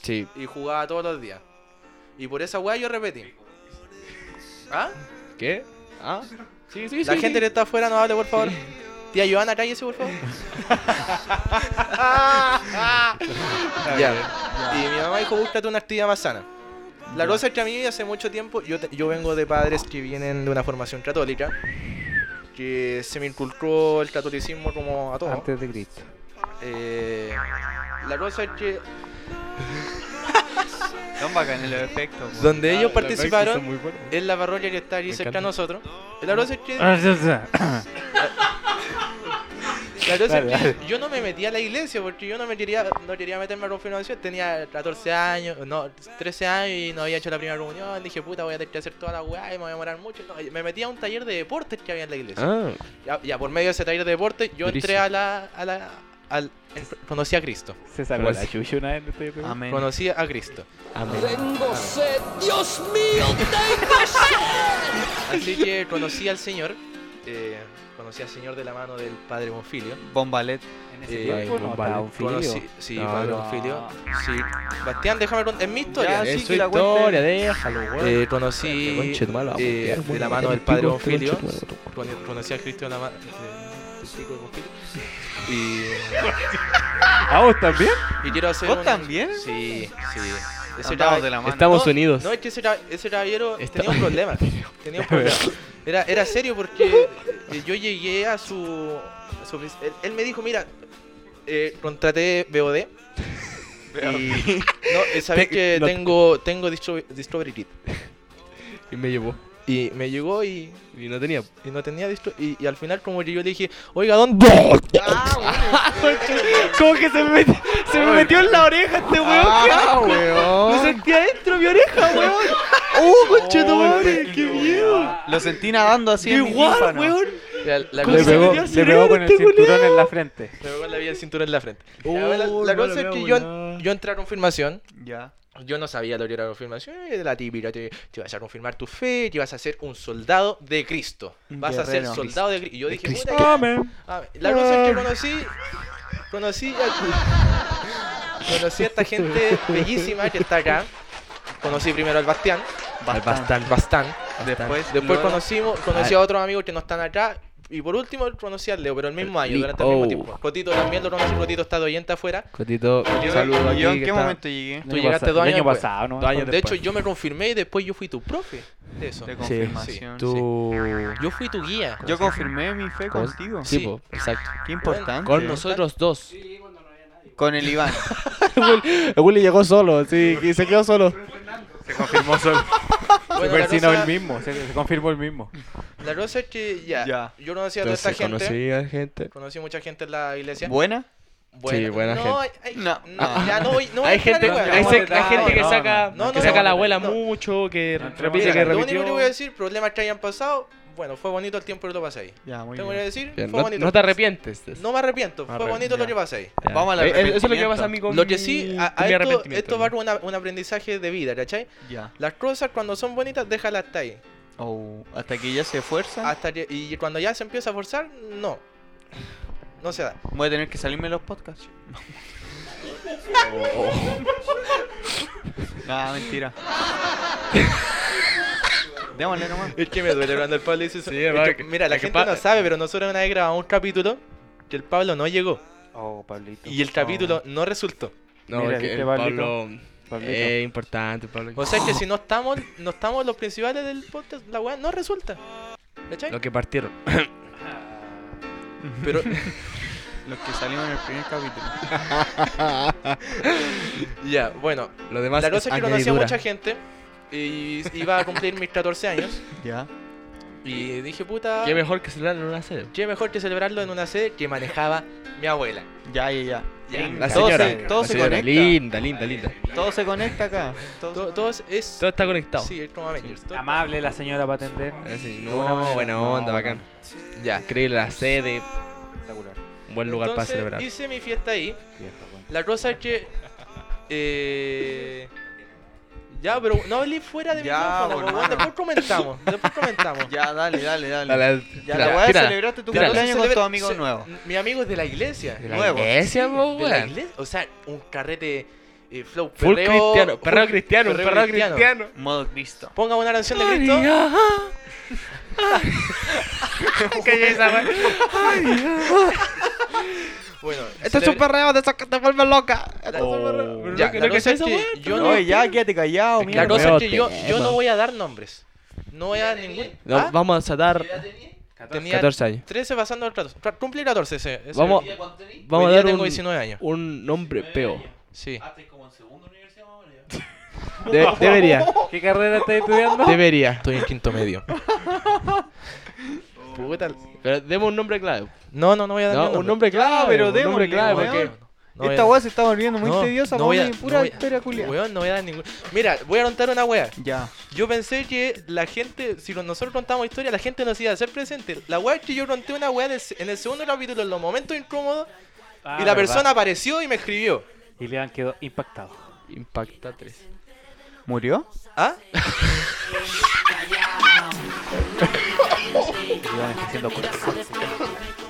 S2: Sí.
S1: Y jugaba todos los días. Y por esa weá yo repetí. ¿Ah?
S2: ¿Qué? ¿Ah? Sí, sí, sí.
S1: La gente que está afuera no hable, por favor. Tía Joana, cállese, por favor. ya. Y mi mamá dijo, búscate una actividad más sana. La cosa es que a mí hace mucho tiempo, yo, te- yo vengo de padres que vienen de una formación católica, que se me inculcó el catolicismo como a todos.
S6: Antes de Cristo.
S1: Eh, la cosa es que
S5: Son bacanes los efectos. po.
S1: donde ellos
S2: Ah,
S1: participaron
S2: muy buenos.
S1: es la parroquia que está aquí
S2: Me
S1: cerca a
S2: encanta.
S1: nosotros. Ah, La cosa es que, la
S6: Dale,
S1: cosa es que
S6: dale.
S1: yo no me metí a la iglesia porque yo no me quería, no quería meterme a la confirmación. Tenía 14 años, no, 13 años y no había hecho la primera reunión. Dije, puta, voy a tener que hacer toda la weá y me voy a demorar mucho. No, me metí a un taller de deportes que había en la iglesia.
S2: Ah,
S1: Ya, ya, por medio de ese taller de deportes, yo entré
S2: Durísimo.
S1: a la. A la al, en- conocí a Cristo.
S6: Se sacó la chucha una vez. este weón.
S5: Amén.
S1: Conocí a Cristo. Así que conocí al Señor. eh, conocí al Señor de la mano del Padre Bonfilio.
S5: Bombalet.
S6: En ese
S1: Eh,
S6: tiempo no
S2: compadre.
S6: estaba un
S1: Conocí,
S6: filio.
S1: sí,
S2: No,
S1: Padre
S2: no.
S1: Bonfilio. Sí. Bastián, déjame contar. Es mi historia.
S5: Ya,
S2: es
S5: sí,
S2: su
S5: que la cuente.
S2: historia, déjalo, weón.
S1: Eh, conocí eh, de la mano del Padre Bonfilio. Con- Conocí a eh, Cristo de la mano. Y,
S6: ¿A vos también?
S1: y quiero hacer.
S5: ¿Vos
S1: un-
S5: también?
S1: Sí, sí. Ese
S5: Andamos
S1: cab-
S5: de la mano.
S2: Estamos
S1: No,
S2: unidos.
S1: No, es que ese, cab- ese caballero
S2: Está-
S1: tenía un problema. Tenía un problema. Era, era serio porque eh, yo llegué a su. a su ofici- él, él me dijo: Mira, eh, contraté BOD. Y, no, eh, sabéis
S2: Te-
S1: que
S2: no-
S1: tengo, tengo Discovery Discovery Kid.
S2: Y me llevó.
S1: Y me llegó y,
S2: Y no tenía.
S1: y no tenía Discovery y, y al final como que yo le dije, oiga, ¿dónde?
S2: Como que se me, metió, se me metió en la oreja este weón.
S6: Ah,
S2: que
S6: weón.
S2: Lo sentí adentro mi oreja, weón. ¡Oh, conchetumare! ¡Qué miedo!
S5: Lo sentí nadando así
S2: ¡Qué
S5: en mi
S2: guau,
S5: tímpano.
S2: weón!
S1: La, la,
S2: ¿Cómo
S6: Le
S1: cosa-
S2: se
S6: pegó,
S2: metió al
S6: le pegó
S2: cerebro
S6: con el
S2: este
S6: cinturón
S2: culiao?
S6: en la frente.
S1: Me pegó la vía de cintura en la frente. la la- la cosa es que yo, yo entré a confirmación.
S5: Ya.
S1: Yo no sabía lo que era la confirmación. Era la típica. Te, te vas a confirmar tu fe, te vas a ser un soldado de Cristo.
S5: Un
S1: Vas a ser
S5: guerrero.
S1: soldado de Cristo. Y yo dije, puta, ya.
S6: Amén.
S1: Ah, La cosa es que conocí. Conocí a, conocí a esta gente bellísima que está acá. Conocí primero al Bastián.
S5: Bastante.
S1: Al Bastán.
S5: Después,
S1: Después
S5: luego-
S1: conocimos, conocí a otros amigos que no están acá. Y por último conocí al Leo, pero el mismo año,
S2: Li-
S1: durante el mismo
S2: oh.
S1: tiempo. Cotito también lo conocí, Cotito está de oyente afuera.
S2: Cotito,
S5: Yo-
S2: un saludo a ti.
S5: ¿Yo en
S2: que
S5: qué
S2: está-
S5: momento llegué?
S1: Tú llegaste
S6: El
S1: dos años
S6: año
S1: después.
S6: pasado, ¿no?
S2: Dos años
S1: De pues. hecho,
S2: después.
S1: yo me confirmé y después yo fui tu profe de eso.
S5: De
S2: Sí.
S5: confirmación.
S2: Tú.
S1: Yo fui tu guía.
S5: Yo confirmé mi fe
S2: ¿Cómo?
S5: contigo.
S2: Sí,
S1: Sí.
S2: po, exacto.
S5: Qué importante.
S2: Con nosotros dos.
S5: Con el Iván.
S6: El Willy llegó solo, sí, y se quedó solo. Se confirmó solo. se
S1: Bueno, la
S6: persinó
S1: cosa-
S6: el mismo, se, se confirmó el mismo.
S1: La cosa es que ya,
S5: Ya.
S1: yo conocí a toda esta gente. Conocí.
S2: a gente.
S1: mucha gente en la iglesia.
S5: ¿Buena?
S1: Bueno,
S2: Sí, buena
S1: no,
S2: gente.
S1: Hay, hay-
S5: No.
S1: no, ya no voy- no voy a
S2: Hay
S1: entrar
S2: gente,
S1: en hueá.
S2: hay, sec- hay
S6: No,
S2: gente que
S6: no,
S2: saca,
S1: no, no,
S2: que
S1: no,
S2: saca
S1: no,
S2: a la abuela
S1: no.
S2: mucho, que
S6: No, no,
S2: repite
S1: Mira,
S2: que
S1: lo único que
S2: repitió.
S1: voy a decir, problemas que hayan pasado, bueno, fue bonito el tiempo que lo pasé ahí.
S5: Ya, muy
S1: Tengo que
S5: bien.
S1: decir,
S2: Bien,
S1: fue
S2: No,
S1: bonito.
S2: no te arrepientes. de eso.
S1: No me arrepiento, fue
S2: Arre-
S1: bonito lo
S5: ya.
S1: que pasé ahí.
S2: Ya.
S5: Vamos al
S2: Eh, Eso es lo que
S5: arrepentimiento.
S2: pasa a mí con
S1: Lo que sí,
S2: mi-
S1: a, a
S2: con mi
S1: esto,
S2: arrepentimiento,
S1: esto
S2: ¿no?
S1: va con una- un aprendizaje de vida, ¿cachai?
S5: Ya.
S1: Las cosas cuando son bonitas, déjalas hasta ahí.
S5: Oh, hasta que ya se esfuerza.
S1: Hasta que- y cuando ya se empieza a forzar, no. No se da.
S5: Voy a tener que salirme de los podcasts. Nah, mentira. Démosle nomás.
S1: Es que me duele cuando el Pablo dice eso.
S2: Sí,
S1: Es
S2: va,
S1: que,
S2: que-
S1: mira, la
S2: es que
S1: gente
S2: pa-
S1: no sabe, pero nosotros una vez grabamos un capítulo que el Pablo no llegó.
S6: Oh, Pablito.
S1: Y el
S2: Oh.
S1: capítulo no resultó.
S2: No,
S6: Mira,
S2: porque
S6: ¿viste,
S2: el
S6: Pablito?
S2: Pablo
S6: Pablito.
S2: es importante, Pablo.
S1: O sea que si no estamos, no estamos los principales del podcast, la weá no resulta. ¿Cachai?
S2: Lo que partieron.
S1: Pero
S5: Los que salimos en el primer capítulo.
S1: ya, bueno.
S2: Lo demás
S1: la cosa es que conocí a
S2: añadidura.
S1: mucha gente y iba a cumplir mis 14 años.
S5: Ya.
S1: Y dije, puta,
S2: Qué mejor que celebrar en una sede.
S1: qué mejor que celebrarlo en una sede que manejaba mi abuela.
S5: Ya, ya, ya.
S1: Ya.
S5: La señora, todo
S2: la
S5: se
S2: señora,
S5: conecta.
S2: Linda, linda, linda.
S5: Todo se conecta acá. Todo
S1: To- todos es.
S2: Todo está conectado.
S1: Sí, es como Avengers. todo-
S6: Amable la señora para atender.
S2: Así,
S6: De una
S2: No,
S6: manera.
S2: buena
S6: No,
S2: onda, bacán. Ya, increíble la sede.
S6: Espectacular.
S2: Un buen lugar
S1: Entonces,
S2: para celebrar.
S1: Hice mi fiesta ahí.
S6: Viejo, bueno.
S1: La cosa es que. eh, ya, pero no hablé fuera de
S5: Ya,
S1: micrófono,
S5: bueno.
S1: weón, Después comentamos. Después comentamos.
S5: se- Ya, dale, dale, dale.
S2: Dale,
S5: Ya,
S2: tírala,
S5: la weá
S2: tírala.
S5: celebraste tu
S2: tírala.
S5: cumpleaños con
S1: Celebra-
S5: tus amigos
S1: se-
S5: nuevos.
S1: Mi amigo es de la iglesia.
S2: De la
S5: nuevo.
S2: iglesia, po,
S1: De la
S2: weón.
S1: iglesia. O sea, un carrete. eh, flow
S2: Full
S1: perreo-
S2: cristiano. Perreo
S1: full
S2: cristiano, un
S1: perreo
S2: perreo cristiano.
S5: Modo Cristo.
S1: Ponga una canción de Cristo.
S2: María. Calla esa, weón.
S1: Bueno,
S2: Esto Este es un
S1: celebra-
S2: perreo de esos que te vuelven loca. Este
S6: Oh.
S1: Ya,
S2: Pero
S1: la
S2: lo
S1: cosa
S2: que es
S1: es
S2: eso,
S1: que
S2: weón.
S1: yo no.
S5: Oye, ya, quédate callado,
S2: Es que
S1: La
S5: mira.
S2: Claro.
S1: cosa es que yo,
S2: Nuevo
S1: yo no
S2: tema.
S1: voy a dar nombres. No voy a dar ningún.
S2: No,
S1: ¿Ah?
S2: Vamos a dar
S1: Tenía
S2: 14 años.
S1: 13 pasando al 14. Tra- Cumplí 14 ese. ese
S2: Vamos,
S1: día.
S2: vamos
S1: Hoy
S2: a
S1: día
S2: dar
S1: tengo
S2: un,
S1: 19 años.
S2: un nombre peo.
S1: Sí.
S4: Ah, estoy como en segunda universidad más o menos. ya.
S2: De- debería,
S6: ¿Qué carrera estás estudiando?
S2: debería.
S1: Estoy en quinto medio. Puta.
S2: Pero demos un nombre clave.
S1: No, no, no voy a dar
S2: No,
S1: ningún
S2: un nombre clave.
S5: pero
S2: un nombre
S5: démosle,
S2: clave.
S5: weón.
S2: Porque...
S1: No voy a-
S5: Esta weá se está volviendo muy
S1: no,
S5: tediosa,
S1: no voy a-
S5: Pauli,
S1: no
S5: Pura
S1: voy a-
S5: historia culia.
S1: Weón, no voy a dar ningún. Mira, voy a contar una wea.
S5: Ya.
S1: Yo pensé que la gente, si con- nosotros contamos historia, la gente nos iba a hacer presente. La wea es que yo conté una wea en el se- en el segundo capítulo, en los momentos incómodos,
S6: Ah,
S1: y la
S6: verdad.
S1: persona apareció y me escribió.
S6: Y Lean quedó impactado.
S2: Impacta 3.
S5: ¿Murió?
S1: ¿Ah?
S6: Lean está haciendo cosas.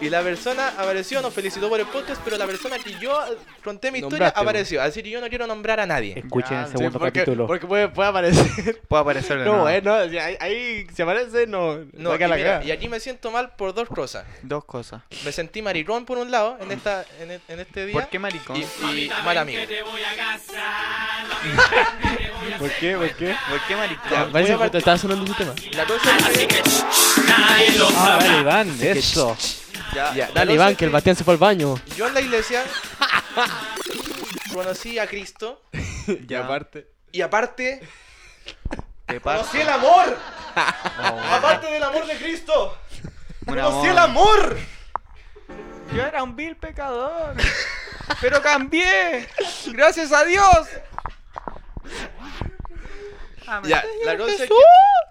S1: Y la persona apareció, nos felicitó por el podcast, pero la persona que yo conté mi historia
S2: Nombraste,
S1: apareció. Así que yo no quiero nombrar a nadie.
S6: Escuchen
S5: Ya,
S6: el
S5: sí,
S6: segundo
S2: porque,
S6: capítulo.
S2: porque puede, puede aparecer.
S5: Puede aparecer de
S2: No,
S5: nuevo.
S2: eh, no. si ahí, ahí se aparece, no.
S1: No,
S2: saca
S1: y,
S2: la
S1: mira,
S2: cagada.
S1: y aquí me siento mal por dos cosas.
S5: Dos cosas.
S1: Me sentí maricón por un lado en esta en, e- en este día.
S5: ¿Por qué maricón?
S1: Y, y mal amigo.
S6: ¿Por qué? ¿Por qué?
S5: ¿Por qué
S1: Ya,
S5: maricón?
S1: voy
S2: Parece
S1: a
S2: que
S1: partir-
S2: te estaba sonando ese tema.
S1: La cosa es que-
S6: Ah, dale, Iván, eso.
S1: Ya, la cosa
S2: Dale, Iván,
S1: es
S2: que el Bastián se fue al baño.
S1: Yo en la iglesia. conocí a Cristo
S6: Y aparte.
S1: y aparte
S5: Te
S1: conocí
S5: parto.
S1: el amor.
S5: No,
S1: Aparte del amor de Cristo,
S5: un
S1: conocí el
S5: amor.
S1: amor.
S5: Yo era un vil pecador. Pero cambié. Gracias a Dios.
S1: Ya, la cosa es que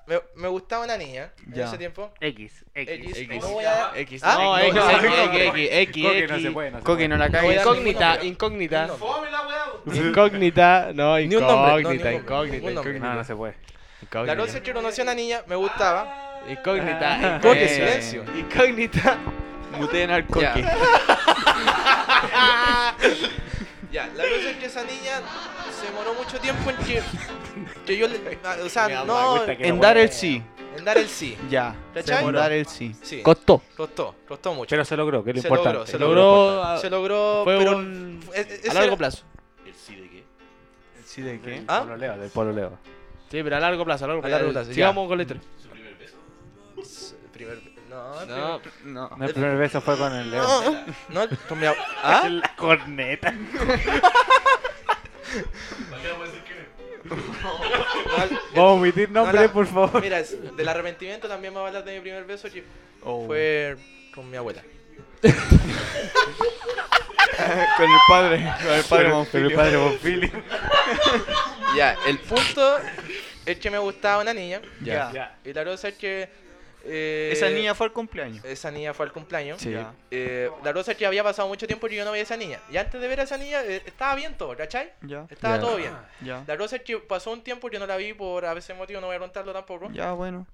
S1: me, me gustaba una niña en
S5: Ya.
S1: ese tiempo.
S3: X, X.
S1: X,
S2: X.
S1: No voy a dar
S2: X.
S1: ¿Ah?
S2: No,
S1: No,
S2: X,
S1: no,
S2: X,
S1: no,
S2: X, X,
S3: Coque, no se
S2: X.
S3: puede, no se
S5: Coqui, no la
S1: voy
S5: cagues.
S1: a-
S2: Incógnita, incógnita.
S1: No.
S4: Fome la weá, weón.
S2: Incógnita, no,
S1: Ni un nombre, no, ni un
S2: incógnita,
S1: nombre,
S2: incógnita,
S3: puede.
S1: ningún nombre. Ah,
S3: No, no
S2: incógnita.
S3: se puede.
S1: La cosa es
S2: Incógnita,
S1: que conocí a una niña, me gustaba.
S2: incógnita.
S1: Coque,
S5: Eh.
S1: silencio.
S2: Incógnita.
S5: Muteen al Coqui.
S1: Ya, la cosa es que esa niña se demoró mucho tiempo en que, que yo le. O sea, no.
S3: agüita que-
S5: En dar el sí.
S1: En dar el sí.
S5: Ya.
S1: ¿Cachai?
S5: En dar el sí.
S1: Sí,
S2: Costó.
S1: costó, costó mucho.
S3: Pero se logró, que es lo
S1: Se
S3: importante.
S1: logró,
S2: Se
S1: se
S2: logró. a-
S1: se logró,
S2: Fue
S1: pero.
S2: un.
S1: e- e-
S2: A
S1: ese
S2: largo
S1: era-
S2: plazo.
S4: ¿El sí de qué?
S5: ¿El sí de
S3: Del
S5: qué?
S1: ¿Ah?
S3: pololeo, del pololeo.
S2: Sí, pero a largo plazo, a largo
S1: A
S2: plazo.
S1: largo plazo, ya.
S2: Sigamos con la historia.
S4: ¿Su primer beso?
S1: Primer- No, el
S2: No,
S5: No.
S3: No, el primer beso fue con el
S1: primer-
S3: león.
S1: No, el- con mi ab-
S3: ¿Ah? La corneta.
S4: ¿Para qué no puedes decir que
S1: no, el-
S3: Vamos a omitir nombres,
S1: la-
S3: por favor.
S1: Mira, es- del arrepentimiento también me voy a hablar de mi primer beso que
S5: Oh.
S1: fue con mi abuela.
S5: Con el padre. Con el padre
S3: Pero el
S5: Monfilio.
S3: padre Bonfili.
S1: Ya, el punto es que me gustaba una niña.
S5: Ya.
S3: Ya.
S1: Y la cosa es que. eh,
S5: Esa niña fue al cumpleaños.
S1: Esa niña fue al cumpleaños.
S5: Sí.
S1: Eh, la cosa es que había pasado mucho tiempo y yo no veía a esa niña. Y antes de ver a esa niña, eh, estaba bien todo, ¿cachai?
S5: Ya.
S1: Estaba
S2: Ya.
S1: todo bien.
S5: Ya.
S1: La cosa es que pasó un tiempo y yo no la vi por a veces motivo, no voy a contarlo tampoco.
S5: Ya, bueno.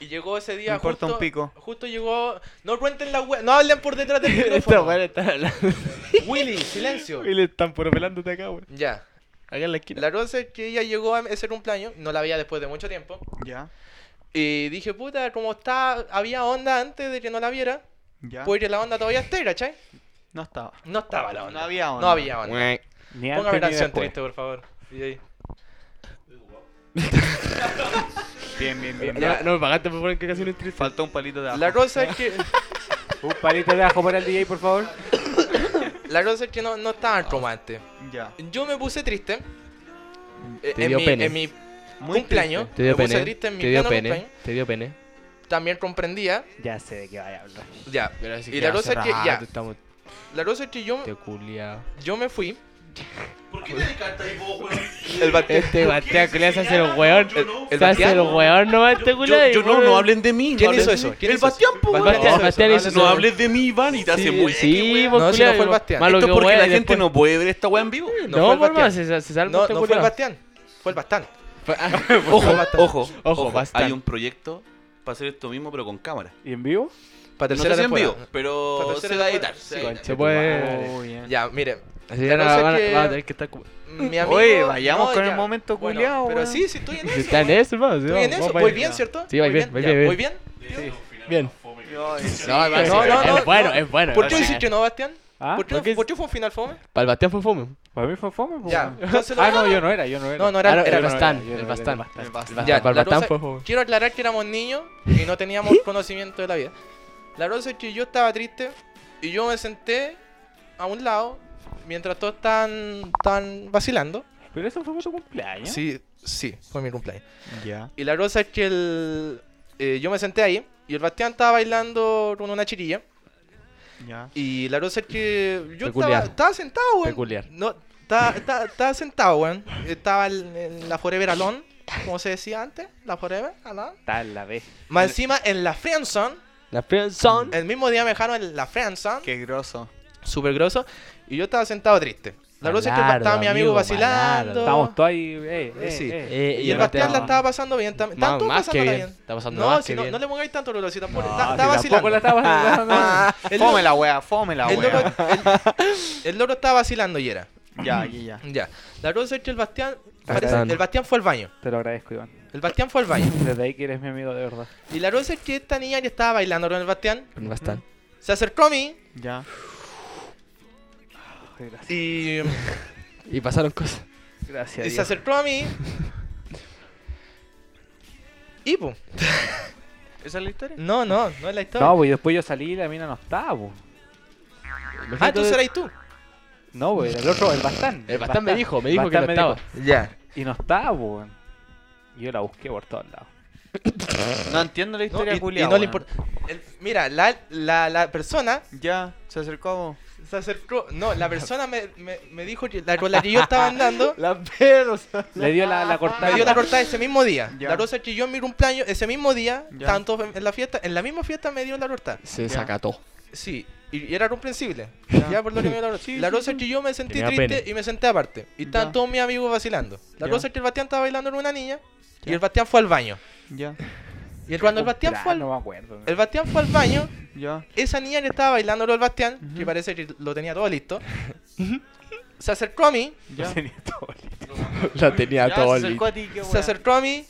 S1: Y llegó ese
S5: Me
S1: día
S5: importa
S1: justo.
S5: un pico.
S1: Justo llegó. No cuenten la web. No hablen por detrás del
S2: Esta
S1: micrófono.
S2: weá está hablando.
S1: Willy, silencio.
S2: Y le están puro pelándote acá, weón.
S1: Ya.
S2: Acá en la esquina.
S1: La cosa es que ella llegó a ese cumpleaños, no la veía después de mucho tiempo.
S5: Ya.
S1: Y dije, puta, como está, había onda antes de que no la viera,
S5: Ya.
S1: puede que la onda todavía esté, ¿cachai?
S5: No estaba.
S1: No estaba la onda.
S5: No había onda.
S1: No había onda.
S3: Ni antes
S1: Póngame
S3: ni
S1: canción
S3: después.
S1: triste, por favor. DJ.
S5: Bien, bien, bien.
S2: Ya, no me pagaste por poner que casi no es triste.
S5: Faltó un palito de ajo.
S1: La cosa es que,
S3: Un palito de ajo para el DJ, por favor.
S1: la cosa es que no, no estaban como antes.
S5: Ya.
S1: Yo me puse triste. eh,
S2: Te
S1: En
S2: dio
S1: mi,
S2: pene.
S1: en mi
S5: Muy
S1: cumpleaños.
S2: Te dio
S1: me puse
S2: pene.
S1: triste en mi
S2: Te dio
S1: pleno
S2: pene.
S1: cumpleaños.
S2: Te dio pene.
S1: También comprendía.
S3: Ya sé de qué vaya a hablar.
S1: Ya.
S2: Pero así
S1: Y la
S2: hace
S1: cosa es que- ya.
S2: rato Estamos
S1: La cosa es que yo,
S2: te culiao.
S1: yo me fui.
S4: ¿Por qué te descartas ahí vos, weón?
S1: El bate-
S2: Este Bastián culiao se hace el
S4: señala?
S2: weón.
S4: Yo no.
S1: el
S2: Se hace el
S1: Bastián.
S2: weón nomás este culiao. y pone-
S6: de mí.
S1: ¿Quién hizo eso? ¿Quién hizo eso?
S2: Bastián,
S6: po, weón.
S2: Bastián, Bastián hizo eso.
S6: de mí, Iván, y te
S2: Sí, Sí,
S1: No,
S2: vos
S1: si no
S2: culiao.
S1: fue el Bastián.
S2: malo
S6: Esto
S2: que
S6: es porque
S2: weá,
S6: la
S2: y
S6: gente
S2: después-
S6: no puede ver esta weá en vivo.
S1: no fue
S2: No,
S1: el
S2: por más,
S1: Bastián.
S2: se, se salva
S1: No,
S2: este
S1: no fue el
S2: culiao.
S1: Bastián. Fue el Bastán.
S6: Ojo,
S1: Bastián.
S6: ojo,
S2: Ojo, Bastián.
S6: Hay un proyecto para hacer esto mismo, pero con cámara.
S3: ¿Y en vivo?
S1: Para
S6: No sé
S1: tercera
S6: si en
S1: temporada.
S6: vivo,
S1: Para
S6: pero
S1: tercera
S6: se va a
S1: temporada,
S6: editar.
S1: sí.
S6: se va a editar.
S2: Se puede.
S5: Muy Oh, bien.
S1: Ya, mire,
S2: Así
S1: La
S2: que
S1: cosa
S2: van,
S1: es que-
S2: van a tener que estar. cu-
S1: mi amigo.
S5: Oye, vayamos con el
S1: ya.
S5: momento
S1: Bueno,
S5: culiao,
S1: Pero
S5: weón.
S1: sí, sí, estoy en eso.
S2: Está en eso, vamos.
S1: Estoy en eso. Voy bien, ¿cierto?
S2: Sí, voy bien, voy bien,
S1: ya.
S2: bien.
S1: ¿Voy bien?
S4: Debe ser un final
S2: Bien.
S4: más fome que-
S2: No, no,
S1: no, no, no.
S2: es bueno, es bueno.
S1: ¿Por qué
S2: es
S1: decís
S2: bueno.
S1: que no, Bastián?
S3: ¿Ah?
S1: ¿Por qué,
S2: porque-
S1: no- por qué fue un final fome?
S2: Para el Bastián fue fome.
S3: Para mí fue fome, po.
S1: Ya, entonces lo-
S3: Ah, no, yo no era, yo no era.
S1: No, no
S2: Ah,
S1: era,
S2: no,
S1: era
S2: el
S1: Bastán.
S2: Bastán,
S3: yo no
S2: el
S3: era
S2: Bastán.
S3: bastante.
S5: Me pasa.
S1: Ya,
S2: Ya, para el
S1: la
S2: Bastán
S1: cosa-
S2: fue fome.
S1: Quiero aclarar que éramos niños y no teníamos conocimiento de la vida. La cosa es que yo estaba triste y yo me senté a un lado mientras todos estaban, estaban vacilando.
S3: Pero eso fue por tu cumpleaños.
S1: Sí, sí, fue mi cumpleaños.
S5: Ya.
S1: Y la cosa es que el, eh, yo me senté ahí y el Bastián estaba bailando con una chiquilla.
S5: Ya.
S1: Y la cosa es que yo
S2: Peculiar.
S1: estaba, estaba sentado, weón.
S2: Peculiar.
S1: No, estaba, estaba- estaba sentado, weón. Estaba en, en la Forever Alone, como se decía antes. La Forever Alone.
S3: Tal la vez.
S1: Más encima en la Friendzone.
S2: La Friendzone.
S1: El mismo día me dejaron en la Friendzone.
S5: Qué groso.
S1: Súper grosso. Y yo estaba sentado triste. La cosa es que
S2: Malardo,
S1: estaba mi amigo
S2: amigo,
S1: vacilando.
S2: malardo.
S3: Estábamos todos ahí. Eh, eh,
S1: Sí.
S3: eh.
S2: Eh,
S1: Y el Bastián la estaba pasando bien también.
S2: Más-
S1: Están todos
S2: más que
S1: pasándola
S2: bien.
S1: bien.
S2: Está pasando
S1: no,
S2: más
S1: si
S2: que
S1: no,
S2: bien.
S1: no le pongáis tanto rulo, si tampoco.
S3: No,
S1: está,
S3: si
S1: está
S3: Ah, tampoco
S1: vacilando.
S3: la estaba vacilando.
S1: El
S5: Fome
S1: loco,
S5: la wea, fome la
S1: el loco-
S5: wea.
S1: el- el loco estaba vacilando y era.
S5: Ya, ya, ya.
S1: Ya. La cosa es que el Bastián.
S3: Bastián.
S1: parece- el Bastián fue al baño.
S3: Te lo agradezco, Iván.
S1: El Bastián fue al baño.
S3: Desde ahí que eres mi amigo de verdad.
S1: Y la cosa es que esta niña que estaba bailando con el Bastián
S2: El Bastán.
S1: se acercó a mí
S5: Ya.
S3: Gracias.
S1: y,
S2: Y pasaron cosas.
S3: Gracias.
S1: y se
S3: Dios.
S1: acercó a mí. Y pum.
S5: ¿Esa es la historia?
S1: No, no, no es la historia.
S3: pues. No, pues y después yo salí y la mina no estaba, po.
S1: ah, entonces eras tú.
S6: No, güey,
S3: pues,
S6: el otro, el Bastán.
S2: El Bastán me dijo, me dijo que no estaba.
S1: Ya.
S6: Y no estaba,
S3: pues,
S6: weón. Y Yo la busqué por todos lados.
S5: No entiendo la
S1: No,
S5: historia,
S1: y- y,
S5: culiao,
S1: no le
S5: weón.
S1: importa. El- Mira, la, la, la persona
S5: Ya, se acercó a vos.
S1: se acercó. No, la persona me, me, me dijo que la, con la que yo estaba andando
S6: La perros. Le dio la, la cortada.
S1: me Ah, dio la cortada ese mismo día.
S5: Ya.
S1: La rosa que yo en mi cumpleaños, ese mismo día,
S5: Ya.
S1: tanto en la fiesta, en la misma fiesta me dio la cortada.
S2: Se
S5: Ya.
S2: sacató.
S1: Sí, y, y era comprensible.
S5: Ya.
S1: Ya, por lo que me dio la rosa.
S5: Sí,
S1: la
S5: sí,
S1: rosa
S5: sí.
S1: que yo me sentí
S2: Tenía
S1: triste
S2: pene.
S1: y me senté aparte. Y estaban
S5: Ya.
S1: todos mis amigos vacilando. La
S5: Ya.
S1: rosa que el Bastián estaba bailando con una niña y
S5: Ya. Oh,
S1: el Bastián fue al baño.
S5: Ya,
S1: Y el- cuando el Bastián fue al,
S6: No me acuerdo.
S1: el Bastián fue al baño,
S5: ya.
S1: esa niña que estaba bailando con el Bastián, que
S5: Ujú.
S1: parece que lo tenía todo listo, se acercó a mí,
S5: Ya.
S2: La tenía
S5: Ya,
S2: todo
S5: se acercó a ti, qué
S1: se
S5: weón.
S1: acercó a mí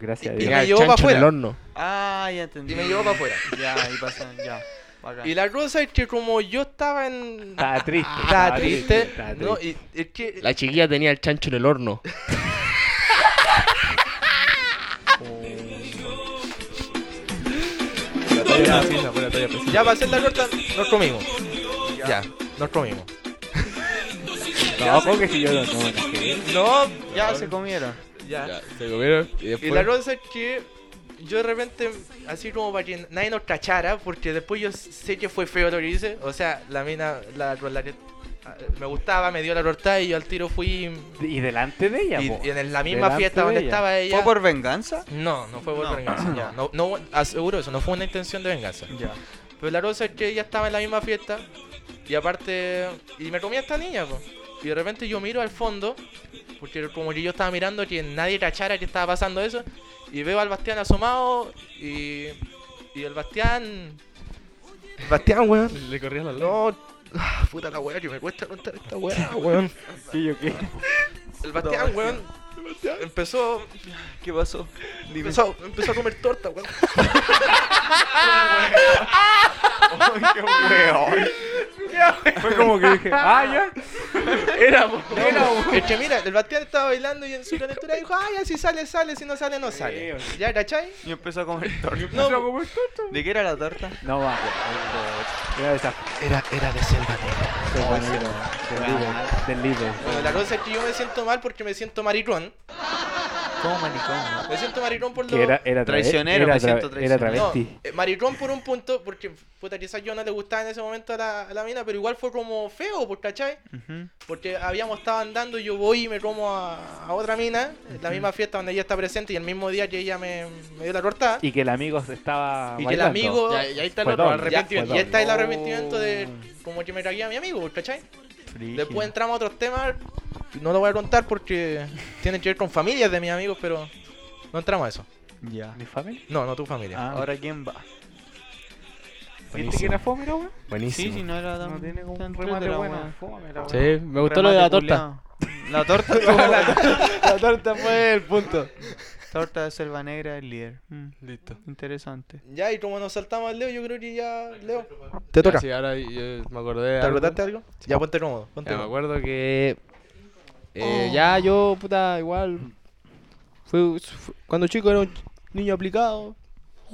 S6: Gracias a
S1: Y
S6: Dios.
S1: me llevó pa'
S2: en el
S1: afuera.
S2: horno.
S5: Ah, ya entendí.
S1: y me llevó para afuera.
S5: Ya, y pasan, ya. Bacán.
S1: Y la cosa es que como yo estaba en...
S6: Estaba triste.
S1: Estaba Ah, triste,
S6: estaba
S1: no,
S6: Ah, triste.
S1: y, es que...
S2: La chiquilla tenía el chancho en el horno.
S1: Ya para hacer la corta, nos comimos. Ya, nos comimos.
S6: No, porque si yo no no, no, que-
S1: No,
S5: Ya se comieron.
S1: ya.
S2: se comieron y
S1: Y
S2: después...
S1: la cosa es que yo de repente, así como para que nadie nos cachara, porque después yo sé que fue feo lo que hice. O sea, la mina, la, la que ah, me gustaba, me dio la cortada y yo al tiro fui.
S6: Y delante de ella,
S1: Y,
S6: po.
S1: y en la misma
S6: Delante
S1: fiesta
S6: de
S1: donde
S6: ella.
S1: estaba ella.
S5: ¿Fue por venganza?
S1: No, no fue por
S5: No.
S1: venganza. ya. No, no, aseguro eso, no fue una intención de venganza.
S5: Ya.
S1: Pero la cosa es que ella estaba en la misma fiesta y aparte. Y me comía esta niña, po. Y de repente yo miro al fondo, porque como que yo estaba mirando que nadie cachara que estaba pasando eso, y veo al Bastián asomado y. Y el Bastián. Bastián, weón.
S2: Le corría la
S1: No. ah, Puta la weá, que me cuesta contar esta weá, weón.
S6: ¿Qué yo qué?
S1: El Bastián, weón. Empezó,
S5: ¿Qué pasó? Dime.
S1: empezó, empezó a comer torta, weón.
S6: ¡Qué weón! Fue como que dije, ah, ya.
S1: Es que mira, el Bastián estaba bailando y en su calentura dijo, ay, así sale, sale, si no sale, no sale. ¿Ya, cachai?
S5: Y empezó a comer torta.
S1: No,
S5: ¿De qué era la torta?
S6: No, va, weón. Era de esa
S1: Era, era de selva negra. Oh,
S6: Del líder. Del líder.
S1: Bueno, la cosa es que yo me siento mal porque me siento maricón.
S5: ¿Cómo maricón?
S1: Me siento maricón por lo...
S6: Que era, era tra-
S5: Traicionero,
S6: era
S5: me
S6: tra-
S5: siento
S6: Era
S1: No,
S6: travesti.
S1: eh, maricón por un punto, porque puta, quizás yo no le gustaba en ese momento a la, a la mina, pero igual fue como feo, pues, ¿cachai? Porque habíamos estado andando y yo voy y me como a, a otra mina, en la misma fiesta donde ella está presente y el mismo día que ella me, me dio la cortada. Y,
S6: Y que el amigo se estaba.
S1: que el
S6: bailando.
S1: amigo...
S2: Ya- ya ahí está el
S6: Fue
S2: otro, al
S6: doble.
S1: Ya, pues
S2: arrepentimiento.
S1: y está
S6: Oh.
S1: el arrepentimiento de como que me tragué a mi amigo, pues, ¿cachai? Después entramos a otros temas, no lo voy a contar porque tienen que ver con familias de mis amigos, pero no entramos a eso.
S5: Ya.
S6: ¿Mi familia?
S1: No, no tu familia.
S6: Ah,
S5: Ahora quién va.
S6: ¿Viste que era fome, era weón?
S5: Sí,
S2: Buenísimo.
S5: si no era tan.
S6: No tiene como
S5: tan
S6: un
S5: triste
S6: remate
S5: la
S6: bueno.
S5: weá.
S6: Fome, la
S2: Sí,
S6: weá.
S2: me gustó lo de la
S5: Remate
S2: torta.
S5: culiao. La torta estuvo la
S6: La torta fue el punto.
S5: torta de selva negra el líder. Mm,
S2: Listo.
S5: interesante.
S1: Ya, y como nos saltamos al Leo, yo creo que ya, Leo.
S2: Te
S1: toca.
S2: Sí, ahora yo me acordé. de
S1: ¿Te
S2: algo.
S1: acordaste algo? Ya, ponte cómodo. Ponte
S2: Ya, me
S1: cómodo.
S2: acuerdo que eh, ya yo, puta, igual fui, fui- cuando chico era un niño aplicado.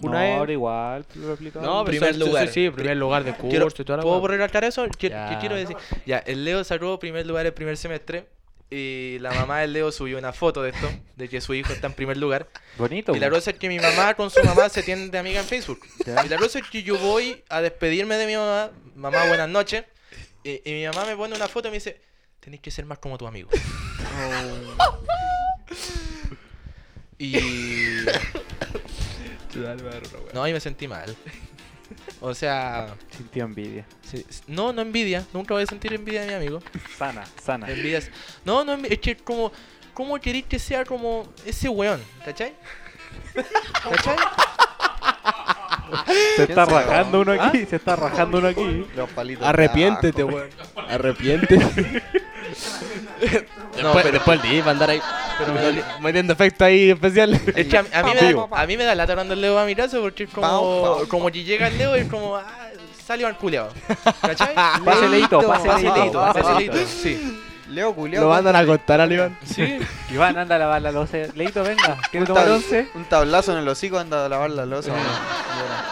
S2: Junae.
S6: No, ahora igual, te lo he explicado.
S2: No, pero
S1: primer
S2: sí, sí,
S1: lugar.
S2: Sí, primer lugar de curso
S1: Quiero-
S2: y toda la
S1: ¿Puedo
S2: wea.
S1: recalcar eso? ¿Qué,
S2: Ya.
S1: qué quiero decir? Ya, el Leo sacó primer lugar el primer semestre. Y la mamá del Leo subió una foto de esto, de que su hijo está en primer lugar.
S6: Bonito.
S1: Y la
S6: weón.
S1: cosa es que mi mamá con su mamá se tiene de amiga en Facebook. Y la cosa es que yo voy a despedirme de mi mamá, mamá, buenas noches. Y, y mi mamá me pone una foto y me dice, tenés que ser más como tu amigo. Y... No, ahí me sentí mal. O sea,
S6: Sintió envidia.
S1: sí, s- no, no envidia. Nunca voy a sentir envidia de mi amigo.
S6: Sana, sana.
S1: La envidia es- No, no, envi- es que como... ¿Cómo querés que sea como ese weón? ¿Cachai? ¿Cachai?
S6: Se ¿Ah? está
S5: ¿Quién se
S6: rajando uno aquí, se está rajando uno aquí.
S5: Los palitos.
S2: Arrepiéntete, weón. Arrepiéntete.
S1: No,
S2: después, después el día va a andar ahí metiendo efectos ahí especiales.
S1: Es que a, a mí, me da, a mí me da lata cuando el Leo va a mi casa porque es como,
S5: Pau, pau,
S1: como que llega el Leo y es como, ah, salió al culeado. ¿Cachai?
S6: Pase leíto, pase
S1: Pase leíto,
S6: leíto,
S1: pase
S6: pase
S1: leíto.
S6: leíto.
S1: Sí.
S5: Leo culiao.
S2: Lo mandan a contar a León.
S1: Sí.
S6: Iván, anda a lavar la loza. Leito, venga. ¿Quieres
S5: Un,
S6: tomar
S5: tabl-
S6: once?
S5: un tablazo en el hocico anda a lavar la losa. weón.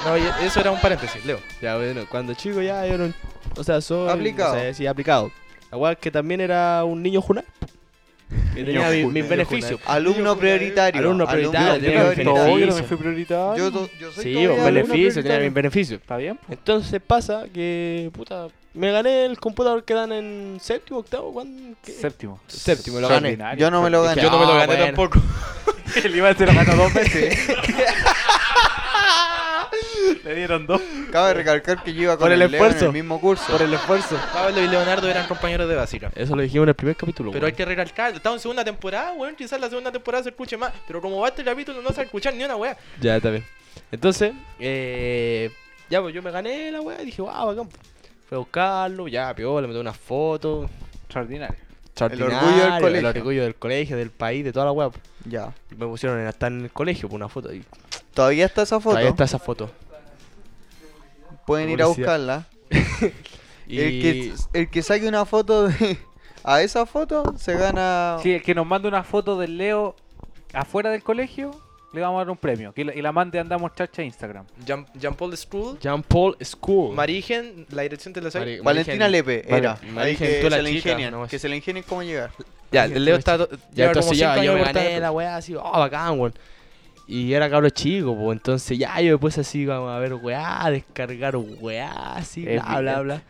S1: No, y eso era un paréntesis, Leo.
S2: Ya, bueno, cuando chico ya yo no- O sea, soy.
S5: Aplicado.
S2: No sé, sí, aplicado. La weá que también era un niño junal. Que tenía mi- mis beneficios.
S5: Alumno prioritario.
S2: Alumno prioritario, tiene
S6: Yo
S2: prioritario.
S6: no, yo no
S2: beneficio.
S6: me fui prioritario.
S5: Yo, to- yo soy
S2: Sí,
S5: todavía
S2: pues,
S5: alumno
S2: beneficio, tenía
S5: prioritario.
S2: mis beneficios.
S6: ¿Está bien? po?
S2: Entonces pasa que, puta, me gané el computador que dan en séptimo, octavo, ¿cuándo? ¿Qué?
S6: Séptimo.
S2: Séptimo, lo gané.
S6: Extraordinario.
S5: Yo no me lo gané.
S1: Yo no me lo
S2: Ah,
S1: gané
S2: bueno.
S1: tampoco.
S6: El Iván se lo ganó dos veces. Le dieron dos.
S5: Cabe recalcar que yo iba con
S2: Por el
S5: el, Leo en
S2: esfuerzo.
S5: el mismo curso.
S2: Por el esfuerzo.
S1: Pablo y Leonardo eran compañeros de Basira.
S2: Eso lo dijimos en el primer capítulo.
S1: Pero hay
S2: weón.
S1: que recalcar, estamos en segunda temporada, weón. Quizás la segunda temporada se escuche más. Pero como va este capítulo, no se va a escuchar ni una weá.
S2: Ya, está bien. Entonces, eh, ya, pues yo me gané la weá y dije, wow, bacán. Fui a buscarlo, ya, piola, me tomé unas fotos.
S6: Extraordinario.
S5: orgullo del
S2: Extraordinario,
S5: colegio.
S2: El orgullo del colegio, del país, de toda la weá. po.
S5: Ya.
S2: Me pusieron en- hasta en el colegio por una foto. Y
S5: Todavía está esa foto.
S2: Ahí está esa foto.
S5: Pueden ir a buscarla.
S2: Y
S5: El, que, el que saque una foto de- a esa foto se gana.
S6: Sí, el que nos mande una foto del Leo afuera del colegio, le vamos a dar un premio. Que la- Y la mande andamos chacha a Instagram.
S1: Jean, Jean Paul School,
S2: Jean Paul School.
S1: Marigen, la dirección te la soy.
S2: Mari-
S5: Valentina
S2: Marigen-
S5: Lepe
S2: Vale.
S5: era.
S2: Marigen,
S5: Ahí que,
S2: tú la
S5: se la
S2: chica,
S5: ingenien,
S2: nomás.
S5: que se la ingenien cómo llegar.
S1: Ya, el Leo está.
S2: Ya,
S1: lleva como
S2: entonces ya,
S1: cinco
S2: yo
S1: años
S2: me
S1: cortando
S2: gané
S1: el
S2: la weá así, oh, bacán, weón. Y era cabro chico, pues entonces ya yo después así vamos a ver weá, descargar weá, así,
S6: Es
S2: bla, bla, bla.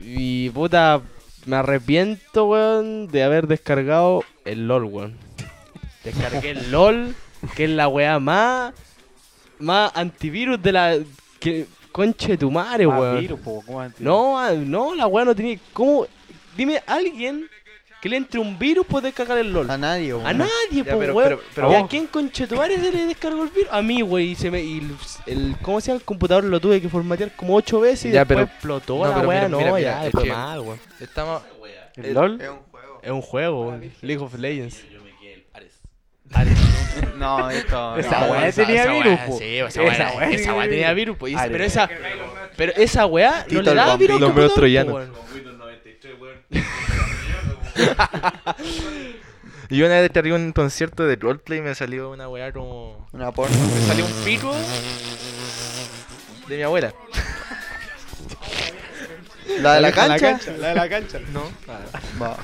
S2: Y puta, me arrepiento, weón, de haber descargado el LOL, weón. Descargué el LOL, que es la weá más, más antivirus de la... Que, conche de tu madre,
S6: Ah,
S2: weón.
S6: virus, po, ¿cómo antes?
S2: No, ah, no, la weá no tenía. ¿Cómo? Dime alguien que le entre un virus puede descargar el LOL.
S5: A
S2: A,
S5: nadie, weón.
S2: nadie,
S1: Ah, Ya,
S2: po,
S1: pero-
S2: weón.
S1: pero- pero
S2: ¿Y a
S6: vos-
S2: quién conchetuares se le descargó el virus? A mí, wey. Y se me. Y el, el- ¿Cómo se llama? El computador lo tuve que formatear como ocho veces y
S1: Ya,
S2: después
S1: pero-
S2: explotó
S1: no,
S2: la
S1: pero
S2: weá.
S1: mira,
S2: No,
S1: mira, mira,
S2: ya,
S1: es
S2: después
S1: que-
S2: mal, weón.
S1: Estamos.
S6: ¿El
S1: el-
S6: LOL?
S5: Es un juego.
S2: Es un juego, weón. League of Legends.
S4: Yo me quedé el Ares.
S5: No, esto.
S6: Esa
S5: no,
S6: weá
S5: no,
S6: tenía
S2: esa
S6: virus,
S2: weá,
S6: po.
S2: Sí, esa
S6: Esa
S2: weá
S6: weá
S2: esa weá tenía virus, po, y-
S6: Ay,
S2: Pero
S6: Dios.
S2: esa. Pero esa weá no
S5: Tito
S2: le
S5: el
S2: da virus al
S5: Bambino.
S2: computador,
S6: Los
S2: po,
S6: troyanos.
S2: weón.
S4: Con Windows 93, weón.
S1: Y una vez descargué un concierto de roleplay y me salió una weá como.
S5: Una porno.
S1: Me salió un pico. De mi abuela.
S5: La de la cancha.
S2: La de la cancha.
S1: No.
S5: Va.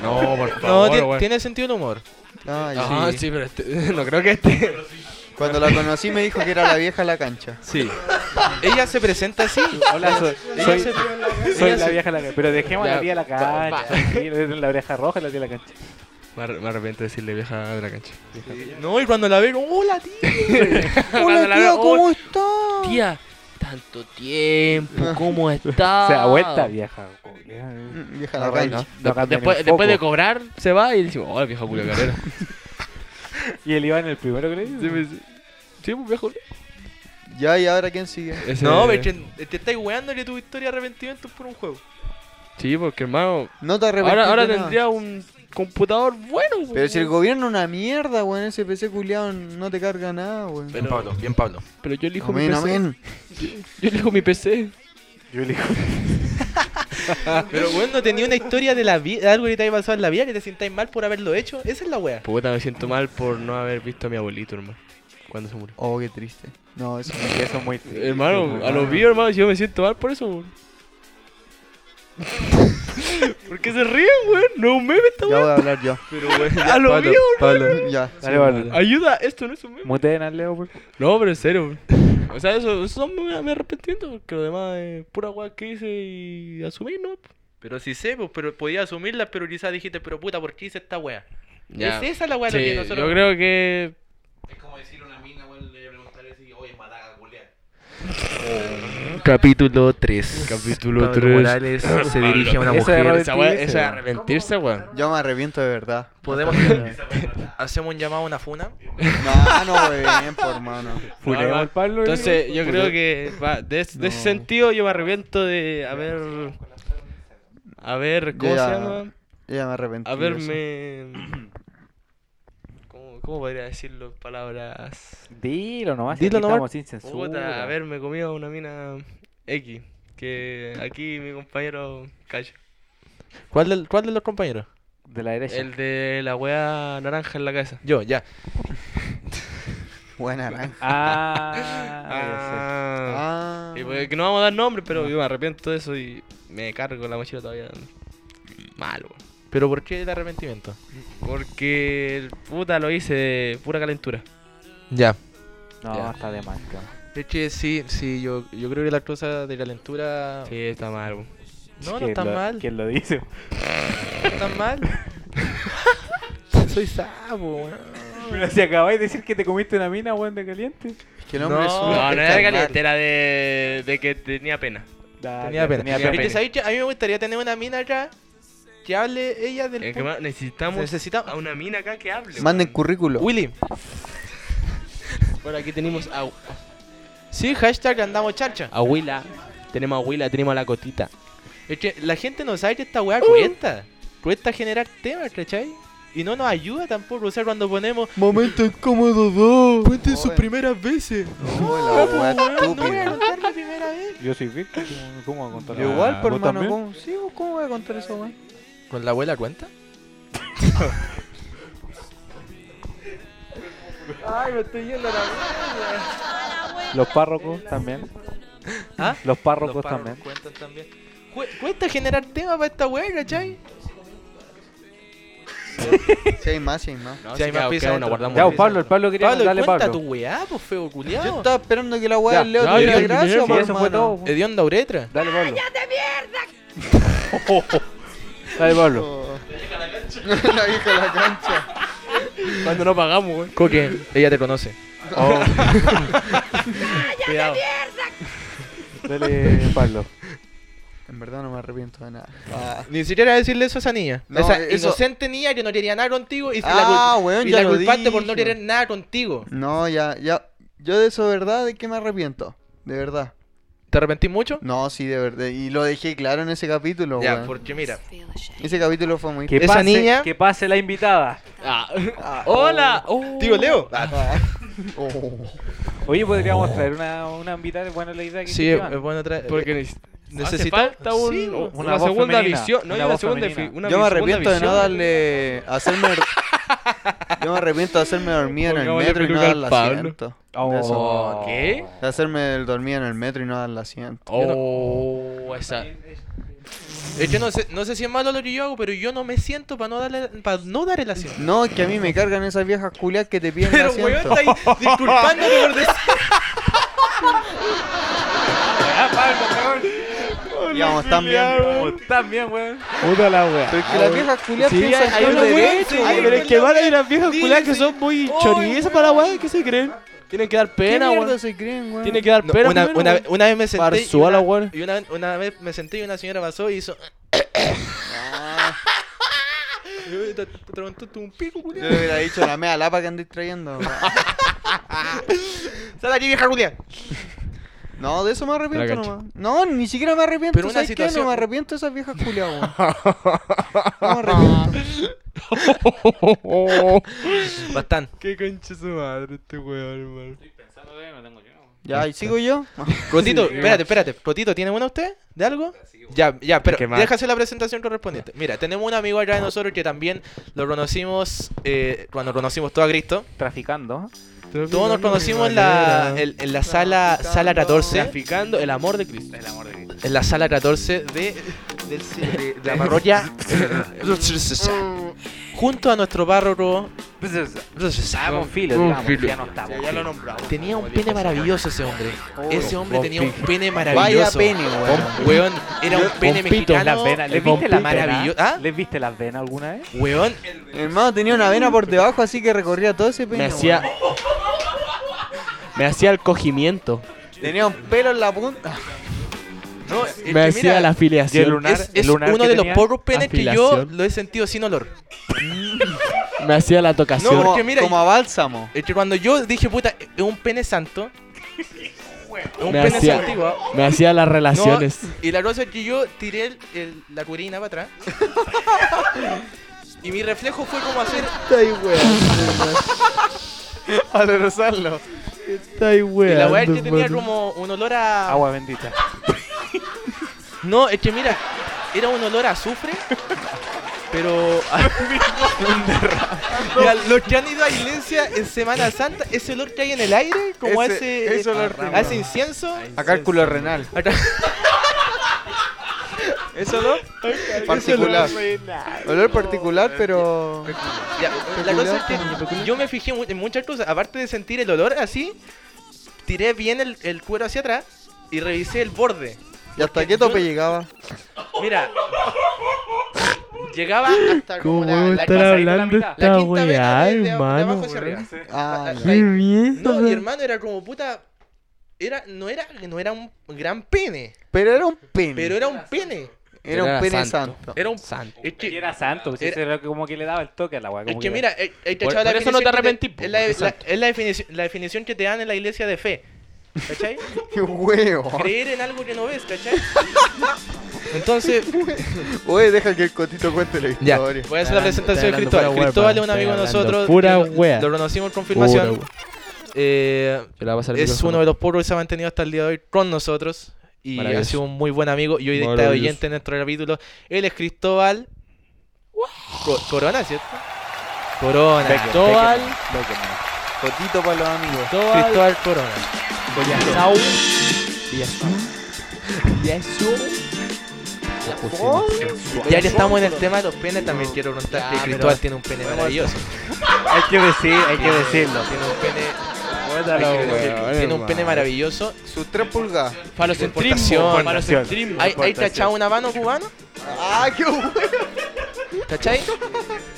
S2: No, por
S1: No, ti-
S2: favor, weón.
S1: tiene sentido el humor.
S5: No, yo-
S2: Ah, sí, pero este- no creo que este.
S5: Cuando la conocí me dijo que era la vieja de la cancha.
S1: Sí. Ella se presenta así.
S6: Hola, soy,
S1: Ella
S6: soy-
S1: se-
S6: soy
S1: ella
S6: la
S1: se-
S6: vieja de la cancha. Pero dejemos
S2: Ya,
S6: la tía de la
S2: pa-
S6: cancha. Sí, le dieron la oreja roja y la tía de la cancha.
S2: Me, arrepiento de decirle vieja de la cancha.
S1: No, y cuando la veo, hola tío.
S2: Hola, tía, ¿cómo
S5: está?
S2: Tía, tanto tiempo, ¿cómo está?
S6: Se da vuelta, vieja. culia.
S5: Mm, Vieja de la cancha.
S6: No cambian
S2: después,
S6: el
S2: después de
S6: foco.
S2: cobrar, "Oh, se va y decimos, hola, vieja culia carrera.
S6: ¿Y el Iván el primero que le dice?
S2: Sí, pues, viejo.
S5: Ya, y ahora quién sigue.
S1: No, pero es que te estáis weándole tu historia de arrepentimiento por un juego.
S2: Sí, porque hermano,
S5: No te arrepentís.
S2: ahora, ahora
S5: de nada.
S2: tendría un computador bueno. pues,
S5: Pero si el gobierno es una mierda, weón. Ese PC culiado no te carga nada, weón.
S1: Bien Pablo, bien Pablo.
S2: Pero yo elijo
S5: Amén,
S2: mi PC.
S5: amén.
S2: Yo elijo mi PC.
S6: Yo elijo.
S1: Ah, Pero bueno, tenía una historia de la vida, algo que te haya pasado en la vida que te sintáis mal por haberlo hecho. Esa es la wea.
S2: Puta, me siento mal por no haber visto a mi abuelito, hermano. Cuando se murió.
S5: Oh, qué triste. No, eso no.
S6: Eso es muy triste,
S2: eh, Hermano, a los vivos, hermano, yo me siento mal por eso, weón. ¿Por qué se ríen, weón? No es un meme esta
S5: Ya
S2: weón.
S5: voy a hablar yo.
S2: A los vivos, hermano.
S5: Ya.
S6: Dale, Pablo.
S2: Ayuda, esto no es un meme.
S6: Muteen al Leo, pues. por favor.
S2: No, pero en serio, weón. O sea, eso, eso me, me arrepentiendo porque lo demás es pura weá que hice y asumí, ¿no?
S1: Pero sí sé, pues, pero podía asumirla, pero quizás dijiste, pero puta, ¿por qué hice esta wea?
S2: Ya.
S1: Es esa la wea lo
S2: Sí,
S1: que nosotros.
S2: yo creo que.
S4: Es como decir a una mina, weón, le voy a preguntarle si, oye, mataga, culea.
S1: Capítulo 3.
S2: Capítulo 3.
S1: se dirige a una
S6: Eso mujer. es
S2: Esa weá,
S6: arrepentirse,
S2: eso es
S6: weón.
S2: arrepentirse, weón.
S5: Yo me arrepiento de verdad.
S1: Podemos. Hacemos un llamado a una funa.
S5: No, no, weón, por mano.
S6: Funemos
S2: va.
S6: al Pablo. pues. y-
S2: Entonces, yo creo que va, de, es- de ese sentido yo me arrepiento de haber. Haber. ¿Cómo
S5: Ya.
S2: se llama?
S5: Yo ya me arrepentí. de eso.
S2: Haberme. ¿Cómo, ¿Cómo podría decirlo en palabras?
S6: Dilo nomás.
S2: Dilo
S6: Dilo
S2: nomás.
S6: nomás. Estamos sin censura.
S2: Puta, haberme comido una mina X. Que aquí mi compañero calla.
S1: ¿Cuál de, cuál de los compañeros?
S6: De la derecha.
S2: El de la wea naranja en la cabeza.
S1: Yo, ya.
S5: Buena naranja.
S6: Ah, ya sé.
S5: Ah,
S2: Y pues, que no vamos a dar nombres, pero yo me arrepiento de eso y me cargo la mochila todavía. Mal, weón.
S1: ¿Pero por qué el arrepentimiento?
S2: Porque el puta lo hice de pura calentura.
S1: Ya.
S6: No,
S1: Ya.
S6: está de más, cabrón.
S1: Es que sí, sí, yo, yo creo que la cosa de calentura...
S2: Sí, está mal, weón.
S1: No, no
S6: ¿Quién
S1: está
S6: lo-
S1: mal,
S6: ¿Quién lo dice?
S1: no está mal. Soy sapo, weón.
S6: Pero si acabáis de decir que te comiste una mina, weón, de caliente.
S5: Es que el hombre es
S1: No,
S5: un-
S2: No, no era
S5: está
S2: de
S5: mal.
S2: caliente, era de, de que tenía pena. Ah,
S1: Tenía pena.
S6: Tenía
S1: Es que,
S6: pena.
S1: ¿sabéis qué? A mí me gustaría tener una mina acá que hable ella del...
S2: Es que
S1: pu-
S2: más, necesitamos
S1: Necesitamos...
S2: a una mina acá que hable.
S5: Manden
S2: weón.
S5: currículo.
S1: Willy,
S2: Bueno, aquí tenemos a,
S1: sí, hashtag andamos charcha.
S2: a Willa, tenemos a Willa, tenemos a la cotita.
S1: Es que la gente no sabe que esta
S5: Oh.
S1: weá cuesta. Cuesta generar temas, ¿cachai? Y no nos ayuda tampoco. O sea, cuando ponemos.
S5: Momento incómodo 2.
S1: Cuenten
S5: sus
S1: primeras veces.
S5: No, la weá
S1: No voy a
S5: estúpida.
S1: contar mi primera vez.
S6: Yo soy Víctor, ¿cómo- ¿cómo voy a contar? Ah,
S5: Yo Igual, por
S6: ¿Vos
S5: hermano,
S6: también?
S5: ¿cómo? Sí, vos, ¿cómo voy a contar eso, weón?
S1: ¿Con la abuela cuenta? Ay, me estoy yendo a la mierda.
S6: Los párrocos también.
S1: ¿Ah?
S6: Los párrocos
S1: Los párrocos
S6: también.
S1: cuentan también. Cu- Cuesta generar temas para esta weá, ¿cachai?
S5: Si hay más, si hay más.
S2: No,
S1: Si hay más piezas
S2: una
S1: dentro.
S2: guardamos.
S6: Ya,
S1: Ya,
S6: pues, Pablo, el Pablo quería
S1: Pablo,
S6: contarle
S1: cuenta
S6: Pablo.
S1: tu weá, pues feo culiado.
S5: Yo estaba esperando que la weá del Leo
S2: ya,
S5: te
S2: ya,
S5: diera
S2: ya,
S5: gracia,
S2: ya,
S5: po,
S6: Sí, eso fue
S5: hermano.
S6: todo. pues.
S1: Hedionda uretra.
S6: Dale, Pablo. Dale, Pablo.
S5: la vieja de la cancha.
S2: Cuando no pagamos, weón.
S1: Coque, ella te conoce.
S2: Cuidado.
S6: Dale, Pablo.
S5: En verdad no me arrepiento de nada.
S1: Ni siquiera decirle eso a esa niña.
S5: Ah. No,
S1: esa
S5: eh, eso-
S1: inocente niña que no quería nada contigo y,
S5: Ah,
S1: la, cul-
S5: weón,
S1: y
S5: ya
S1: la
S5: lo
S1: culpaste por no
S5: dije.
S1: querer nada contigo.
S5: No, ya, ya. Yo de eso, ¿verdad? ¿De qué me arrepiento? De verdad.
S1: ¿Te arrepentís mucho?
S5: No, sí, de verdad. Y lo dejé claro en ese capítulo,
S1: ya,
S5: weón.
S1: porque mira.
S5: Ese capítulo fue muy...
S6: Que
S1: Esa
S6: pase,
S1: niña-
S6: Que pase la invitada.
S2: Ah. Hola. Oh.
S1: Tío Leo. Ah,
S5: Oh.
S6: Oye, podríamos traer una, una invitada. Buena la idea que
S1: sí,
S6: hicieron.
S1: es bueno traer.
S2: Porque neces- hace
S1: necesita-
S2: falta un-
S1: Sí,
S2: una,
S6: una voz
S2: segunda
S6: femenina,
S2: visión. No,
S6: una
S2: una,
S6: voz
S2: segunda
S6: femenina.
S2: fi- una
S5: Yo me
S2: segunda
S5: arrepiento de no
S2: visión.
S5: darle... Hacerme... Yo me arrepiento de hacerme dormido en el
S2: Pongámosle
S5: metro y no
S2: peluca al
S5: darle
S2: Pablo.
S5: asiento. De eso.
S6: Oh,
S2: ¿qué?
S5: De hacerme el dormido en el metro y no darle asiento.
S2: Oh, esa.
S1: Es que no sé, no sé si es malo lo que yo hago, pero yo no me siento para no darle para no dar el asiento.
S5: No, que a mí me cargan esas viejas culias que te piden el
S1: Pero
S5: asiento.
S1: weón, estáis disculpándote por decir.
S6: Ah, Pablo,
S5: Ya vamos tan bien.
S6: cabrón. También, weón.
S2: Puta la wea.
S5: Pero es que las viejas culias piensan que
S2: hay
S5: es
S2: una
S5: derecho.
S2: derecho. Ay, pero es que van a ir las viejas
S1: Dice-
S2: culiadas que son muy
S1: Ay,
S2: chorizas para la wea. ¿Qué se creen? Tienen que dar
S5: ¿Qué
S2: pena,
S5: mierda
S2: weón.
S5: se creen, weón?
S2: Tienen que dar
S1: No,
S2: pena.
S1: una,
S2: primero,
S1: una-
S2: weón.
S1: una vez me senté. Y
S2: Barzuela,
S1: una,
S2: weón.
S1: y una, una vez me senté y una señora pasó y hizo.
S5: Ah,
S1: "Ay, Te te levantaste un pico,
S5: yo
S1: culiao".
S5: le hubiera dicho la mea lapa que andáis trayendo. weón.
S1: Sal de aquí, vieja culia.
S5: No, de eso me arrepiento
S2: La cancha.
S5: nomás. No, ni siquiera me arrepiento.
S1: Pero una
S5: ¿Sabes qué?
S1: situación-
S5: No me arrepiento de esas viejas culias, weón. No me arrepiento.
S1: Bastante.
S2: Qué concha su madre este weón, hermano.
S5: Ya, ¿y sigo yo?
S1: Cotito, espérate, espérate. Cotito, ¿tiene una usted? ¿De algo? Ya, ya, pero
S2: ¿Qué más?
S1: déjase la presentación correspondiente. Mira, tenemos un amigo allá de nosotros que también lo conocimos eh, cuando conocimos todo a Cristo.
S6: Traficando.
S1: Todos nos conocimos en la, en, en la sala, sala 14.
S2: Traficando el amor de Cristo.
S6: El amor de Dios.
S1: En la sala 14 de, del- de- de la parroquia. Junto a nuestro párroco.
S6: Estábamos filo, digamos. Ya no estamos.
S5: Ya lo nombramos.
S1: Tenía un pene maravilloso ese hombre.
S5: Oh.
S1: Ese hombre tenía un pene
S5: Vaya
S1: maravilloso.
S5: pene, weón.
S1: Weón, era un pene
S2: Pompito,
S1: mexicano.
S6: Las venas. ¿Les
S2: el
S6: viste las
S2: compito.
S6: venas?
S1: Maravilloso. ¿Ah?
S6: ¿Les viste las venas alguna vez?
S1: Weón,
S5: Mi hermano tenía una vena por debajo, así que recorría todo ese pene.
S2: Me
S5: weón.
S2: hacía. Me hacía el cogimiento.
S5: Tenía un pelo en la punta.
S1: no, es que
S2: Me
S1: mira,
S2: hacía la
S6: y el
S2: afiliación.
S6: lunar-
S1: es, es
S6: lunar
S1: uno
S6: que
S1: de los
S6: tenía,
S1: pocos penes que yo
S2: afilación.
S1: lo he sentido sin olor.
S2: Me hacía la tocación.
S1: No,
S5: Como,
S1: porque mira-
S5: como a bálsamo.
S1: Es que cuando yo dije, puta, es un pene santo. Es un
S2: Me
S1: pene ¿ah?
S2: hacía-
S1: santo igual.
S2: Me hacía las
S1: No,
S2: relaciones.
S1: y la cosa es que yo tiré el- el- la curina para atrás. y mi reflejo fue como hacer.
S5: Al rozarlo.
S2: Está ahí,
S1: Y
S2: weón.
S1: la weá es que tenía como un olor a.
S6: Agua bendita.
S1: No, es que mira, era un olor a azufre. Pero. Un derrame. Mira, los que han ido a iglesia en Semana Santa, ese olor que hay en el aire, como
S5: Ese-
S1: ese,
S5: ese olor
S1: a
S5: tengo.
S1: ese incienso.
S5: A cálculo renal. ¿Eso no? Particular. Olor particular, pero.
S1: Ya, la cosa es que yo me fijé mu- en muchas cosas. Aparte de sentir el olor así, tiré bien el, el cuero hacia atrás y revisé el borde.
S5: ¿Y hasta qué tope llegaba?
S1: Mira, llegaba hasta como
S2: ¿Cómo
S1: la, la-
S2: estar
S1: la
S2: hablando esta
S1: quinta vena
S2: weá,
S1: de, de abajo
S2: hermano?
S1: hacia arriba.
S5: Ah,
S1: La- la-
S5: ya.
S2: ¡Qué
S1: No, mi
S2: mierda!
S1: hermano era como puta. Era, no, era, no era un gran pene,
S5: pero era un pene.
S1: pero era un pene.
S5: Era un
S2: Era
S5: pene
S2: santo.
S5: santo.
S1: Era un.
S2: Santo.
S1: Es
S6: Y
S1: que,
S6: era santo, si
S1: Este Era-
S6: ese era como que le daba el toque a la weá.
S1: es
S6: como
S1: que
S6: que-
S1: mira, eh, eh,
S2: Por-
S1: cachado la
S2: por eso no
S1: definición
S2: te
S1: que
S2: arrepentís, po,
S1: Es la,
S2: porque
S1: la-
S2: santo.
S1: es la definici- la definición que te dan en la iglesia de fe. ¿Cachai?
S5: ¡Qué huevo!
S1: creer en algo que no ves, ¿cachai? Entonces,
S5: Oye, deja que el cotito cuente la
S2: Ya.
S5: historia.
S1: voy a hacer la
S2: Estoy
S1: presentación de
S2: hablando
S1: Cristóbal.
S2: pura wea,
S1: Cristóbal es un
S2: hermano,
S1: amigo de
S2: estoy hablando
S1: nosotros.
S2: pura
S1: que lo-
S2: wea.
S1: Lo conocimos con confirmación.
S2: Pura
S1: Eh,
S2: Yo le voy a pasar el
S1: es
S2: micrófono.
S1: uno de los pocos que se ha mantenido hasta el día de hoy con nosotros. Y ha
S2: Maravilloso.
S1: sido un muy buen amigo. Y hoy está
S2: Maravilloso.
S1: oyente en nuestro capítulo. Él es Cristóbal. Co- Corona, ¿cierto? Corona.
S6: Becker,
S1: Cristóbal.
S5: Cotito para los amigos.
S1: Cristóbal Corona.
S2: Villasau. Villasau. Villasau.
S1: Ya que estamos en el tema de los penes, también quiero preguntar
S2: Ya,
S1: que
S2: pero-
S1: Cristóbal tiene un pene maravilloso.
S6: Hay que decir, hay que decirlo.
S1: Ah, Tiene un pene
S6: Cuéntalo,
S1: Hay que
S6: weón.
S1: decir que Tiene un pene maravilloso.
S5: Sus tres pulgadas.
S1: Importación.
S6: Importación.
S1: ¿Hay, hay cachado un habano cubano?
S5: ¡Ah, qué huevo!
S1: ¿Cachai?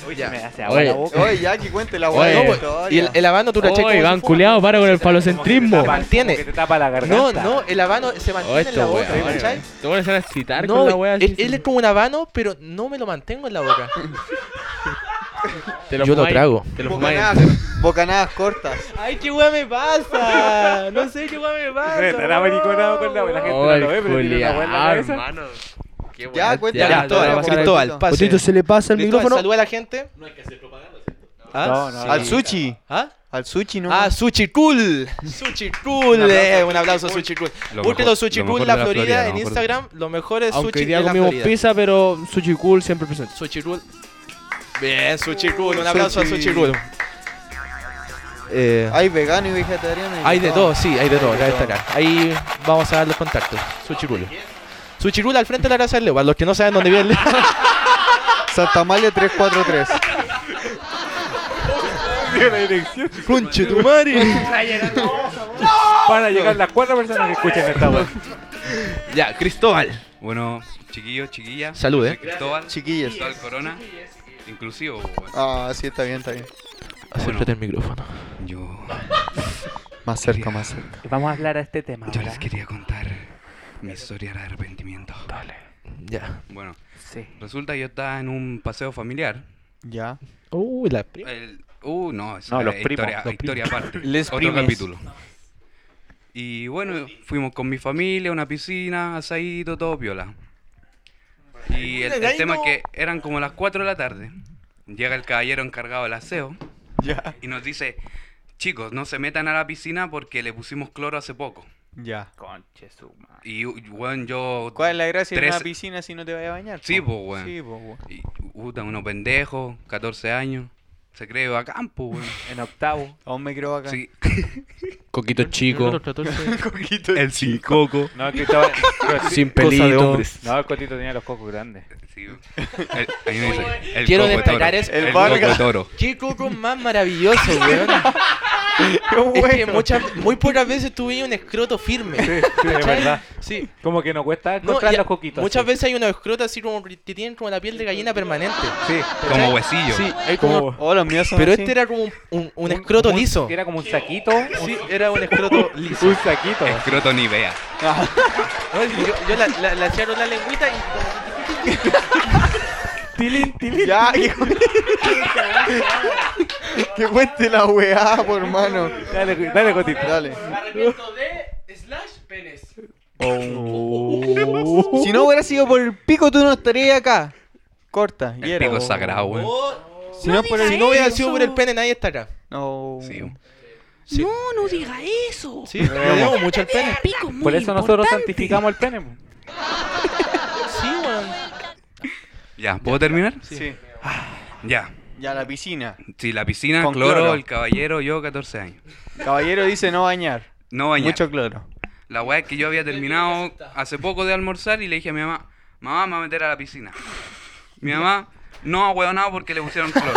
S6: Uy,
S1: Ya.
S6: se me hace agua
S2: Oye.
S6: la boca.
S5: Oye, ya que cuente la
S2: Oye.
S5: hueá
S1: No,
S5: de
S1: pues, y el,
S5: historia.
S1: el habano tú lo cachai
S2: Oye,
S1: como
S2: van
S1: si fuera-
S2: culeado, para con el
S6: Como
S2: falocentrismo.
S6: que te tapa-
S1: Mantiene.
S6: como que te tapa la
S1: No,
S6: garganta.
S1: no, el habano se mantiene en la
S2: Oh, Esto,
S1: boca,
S2: weón.
S1: ¿cachai?
S2: Te van a hacer a excitar con la
S1: No,
S2: wea.
S1: él, él es como un habano, pero no me lo mantengo en la boca.
S2: Te lo
S1: Yo lo
S2: fumáis,
S1: trago.
S2: Te lo fumáis.
S5: Bocanadas, bocanadas cortas.
S1: Ay, qué weá me pasa. No sé qué weá me
S6: Se estará mariconado con la la gente no
S2: Oye,
S6: lo ve, pero tiene una
S2: culiao,
S6: hueá en la cabeza.
S2: hermano. Qué
S5: Ya,
S2: wea,
S5: cuéntale,
S2: ya,
S5: Cristóbal,
S2: te voy a pasar el-
S5: Cristóbal,
S1: Cristóbal, pase.
S2: Potito, se le pasa el
S1: Cristóbal,
S2: micrófono.
S1: saluda a la gente.
S4: No hay que hacer propaganda, ¿cierto?
S1: ¿Ah?
S6: No, no,
S5: Al
S6: no.
S5: sushi.
S1: ¿Ah?
S5: Al sushi, ¿no?
S1: Ah, Sushi Cool. Sushi Cool. eh, Un aplauso a Sushi Cool.
S2: Lo
S1: Búsquelo
S2: mejor-
S1: Sushi
S2: lo
S1: Cool
S2: mejor
S1: La
S2: de la
S1: Florida
S2: Florida, lo
S1: en
S2: mejor de-
S1: Instagram. Los mejores
S2: Aunque
S1: sushi
S2: hoy día
S1: de la
S2: comimos
S1: Florida.
S2: pizza, pero sushi cool siempre presente.
S1: Sushi Cool. Bien, Sushi Cool. Un aplauso a Sushi Cool. Eh,
S5: Hay vegano y vegetariano. y
S1: hay de todo, sí, hay de todo. Acá está acá. Ahí vamos a dar los contactos. Sushi Cool. Sushi Cool al frente de la casa del Leo. Para los que no saben dónde vive el Leo.
S5: Santa Amalia 343.
S1: Conche tu madre.
S6: Van a llegar las cuatro personas que escuchan esta hueá.
S1: Ya, Cristóbal.
S7: Bueno, chiquillos, chiquillas.
S1: Salud,
S7: Soy
S1: eh.
S7: Cristóbal,
S5: Chiquillas.
S7: Cristóbal Corona. Inclusivo, bueno.
S5: Ah, sí, está bien, está bien.
S1: Acércate el micrófono.
S7: Yo,
S5: Más cerca, más cerca.
S6: Vamos a hablar a este tema.
S7: yo
S6: ¿verdad?
S7: les quería contar mi historia de arrepentimiento.
S1: Ya.
S7: Bueno,
S6: Sí.
S7: resulta que yo estaba en un paseo familiar.
S5: Ya.
S1: Uy, la prima.
S7: El- uh, no, es
S6: No, los primos,
S7: historia,
S6: los
S7: historia aparte.
S5: Les
S7: otro
S5: primes.
S7: capítulo. Y bueno, fuimos con mi familia, una piscina, asadito, todo piola. Y el, el tema es que eran como las 4 de la tarde. Llega el caballero encargado del aseo.
S5: Ya.
S7: y nos dice, chicos, no se metan a la piscina porque le pusimos cloro hace poco.
S5: Ya.
S6: Conche su madre.
S7: Y bueno, yo...
S5: ¿Cuál es la gracia de una
S7: Tres-
S5: piscina si no te vayas a bañar?
S7: Sí,
S5: po?
S7: po, weón.
S5: Sí, po, weón.
S7: y, puta, unos pendejos, 14 años, se cree bacán, po, weón.
S6: En octavo.
S5: Aún me creo acá.
S7: Sí,
S2: Coquito chico,
S7: el sin coco.
S6: No, el Cristóbal.
S2: sin pelito.
S6: No, el Cotito tenía los cocos grandes.
S7: Sí, weón. El- a mí me dice, el
S1: Quiero
S7: coco
S1: destacar
S7: toro,
S1: es-
S7: el,
S5: el
S7: coco
S5: Vargas.
S7: toro.
S1: Qué coco más maravilloso, weón. Es que muchas, muy pocas veces tuve un escroto firme.
S6: Sí, es verdad.
S1: Sí.
S6: Como que nos cuesta
S1: No,
S6: encontrar
S1: ya,
S6: los coquitos.
S1: muchas
S6: así.
S1: veces hay unos escrotos así como que tienen como la piel de gallina permanente.
S6: Sí.
S7: Como huesillo.
S1: Sí, hay como-
S6: Como-
S5: Oh, los míos son
S1: Pero
S5: así.
S1: este era como un, un- un escroto
S6: un-
S1: liso.
S6: Era como un saquito. un-
S1: Sí, era un escroto liso.
S6: Un saquito.
S7: Escroto ni vea.
S1: No, Yo, yo la, la, le echaron la lengüita y como-
S6: Tilín, tilín.
S5: Ya, hijo. que cuente la weá, por hermano.
S6: Dale, dale, Cotito.
S5: Dale.
S4: Arrepiento de slash penes.
S7: Oh.
S5: Si no hubiera sido por el pico, tú no estarías acá. Corta. y
S7: El
S5: era,
S7: pico
S5: po.
S7: sagrado, weón.
S5: Oh. Si no por
S1: si
S5: el
S1: no hubiera sido por el pene, nadie está acá.
S5: No.
S7: Sí, weón.
S1: Sí, le debemos mucho al pene.
S6: Por eso nosotros santificamos el pene. mo.
S1: Sí, weón.
S7: Ya, ¿puedo terminar?
S5: Sí.
S7: Ya.
S5: Ya la piscina.
S7: Sí, la piscina,
S5: Con
S7: cloro,
S5: cloro.
S7: el caballero, yo 14 años.
S5: Caballero dice no bañar.
S7: No bañar.
S5: Mucho cloro.
S7: La weá es que yo había terminado hace poco de almorzar y le dije a mi mamá, mamá, me voy a meter a la piscina. Mi mamá, no, weón, porque le pusieron cloro.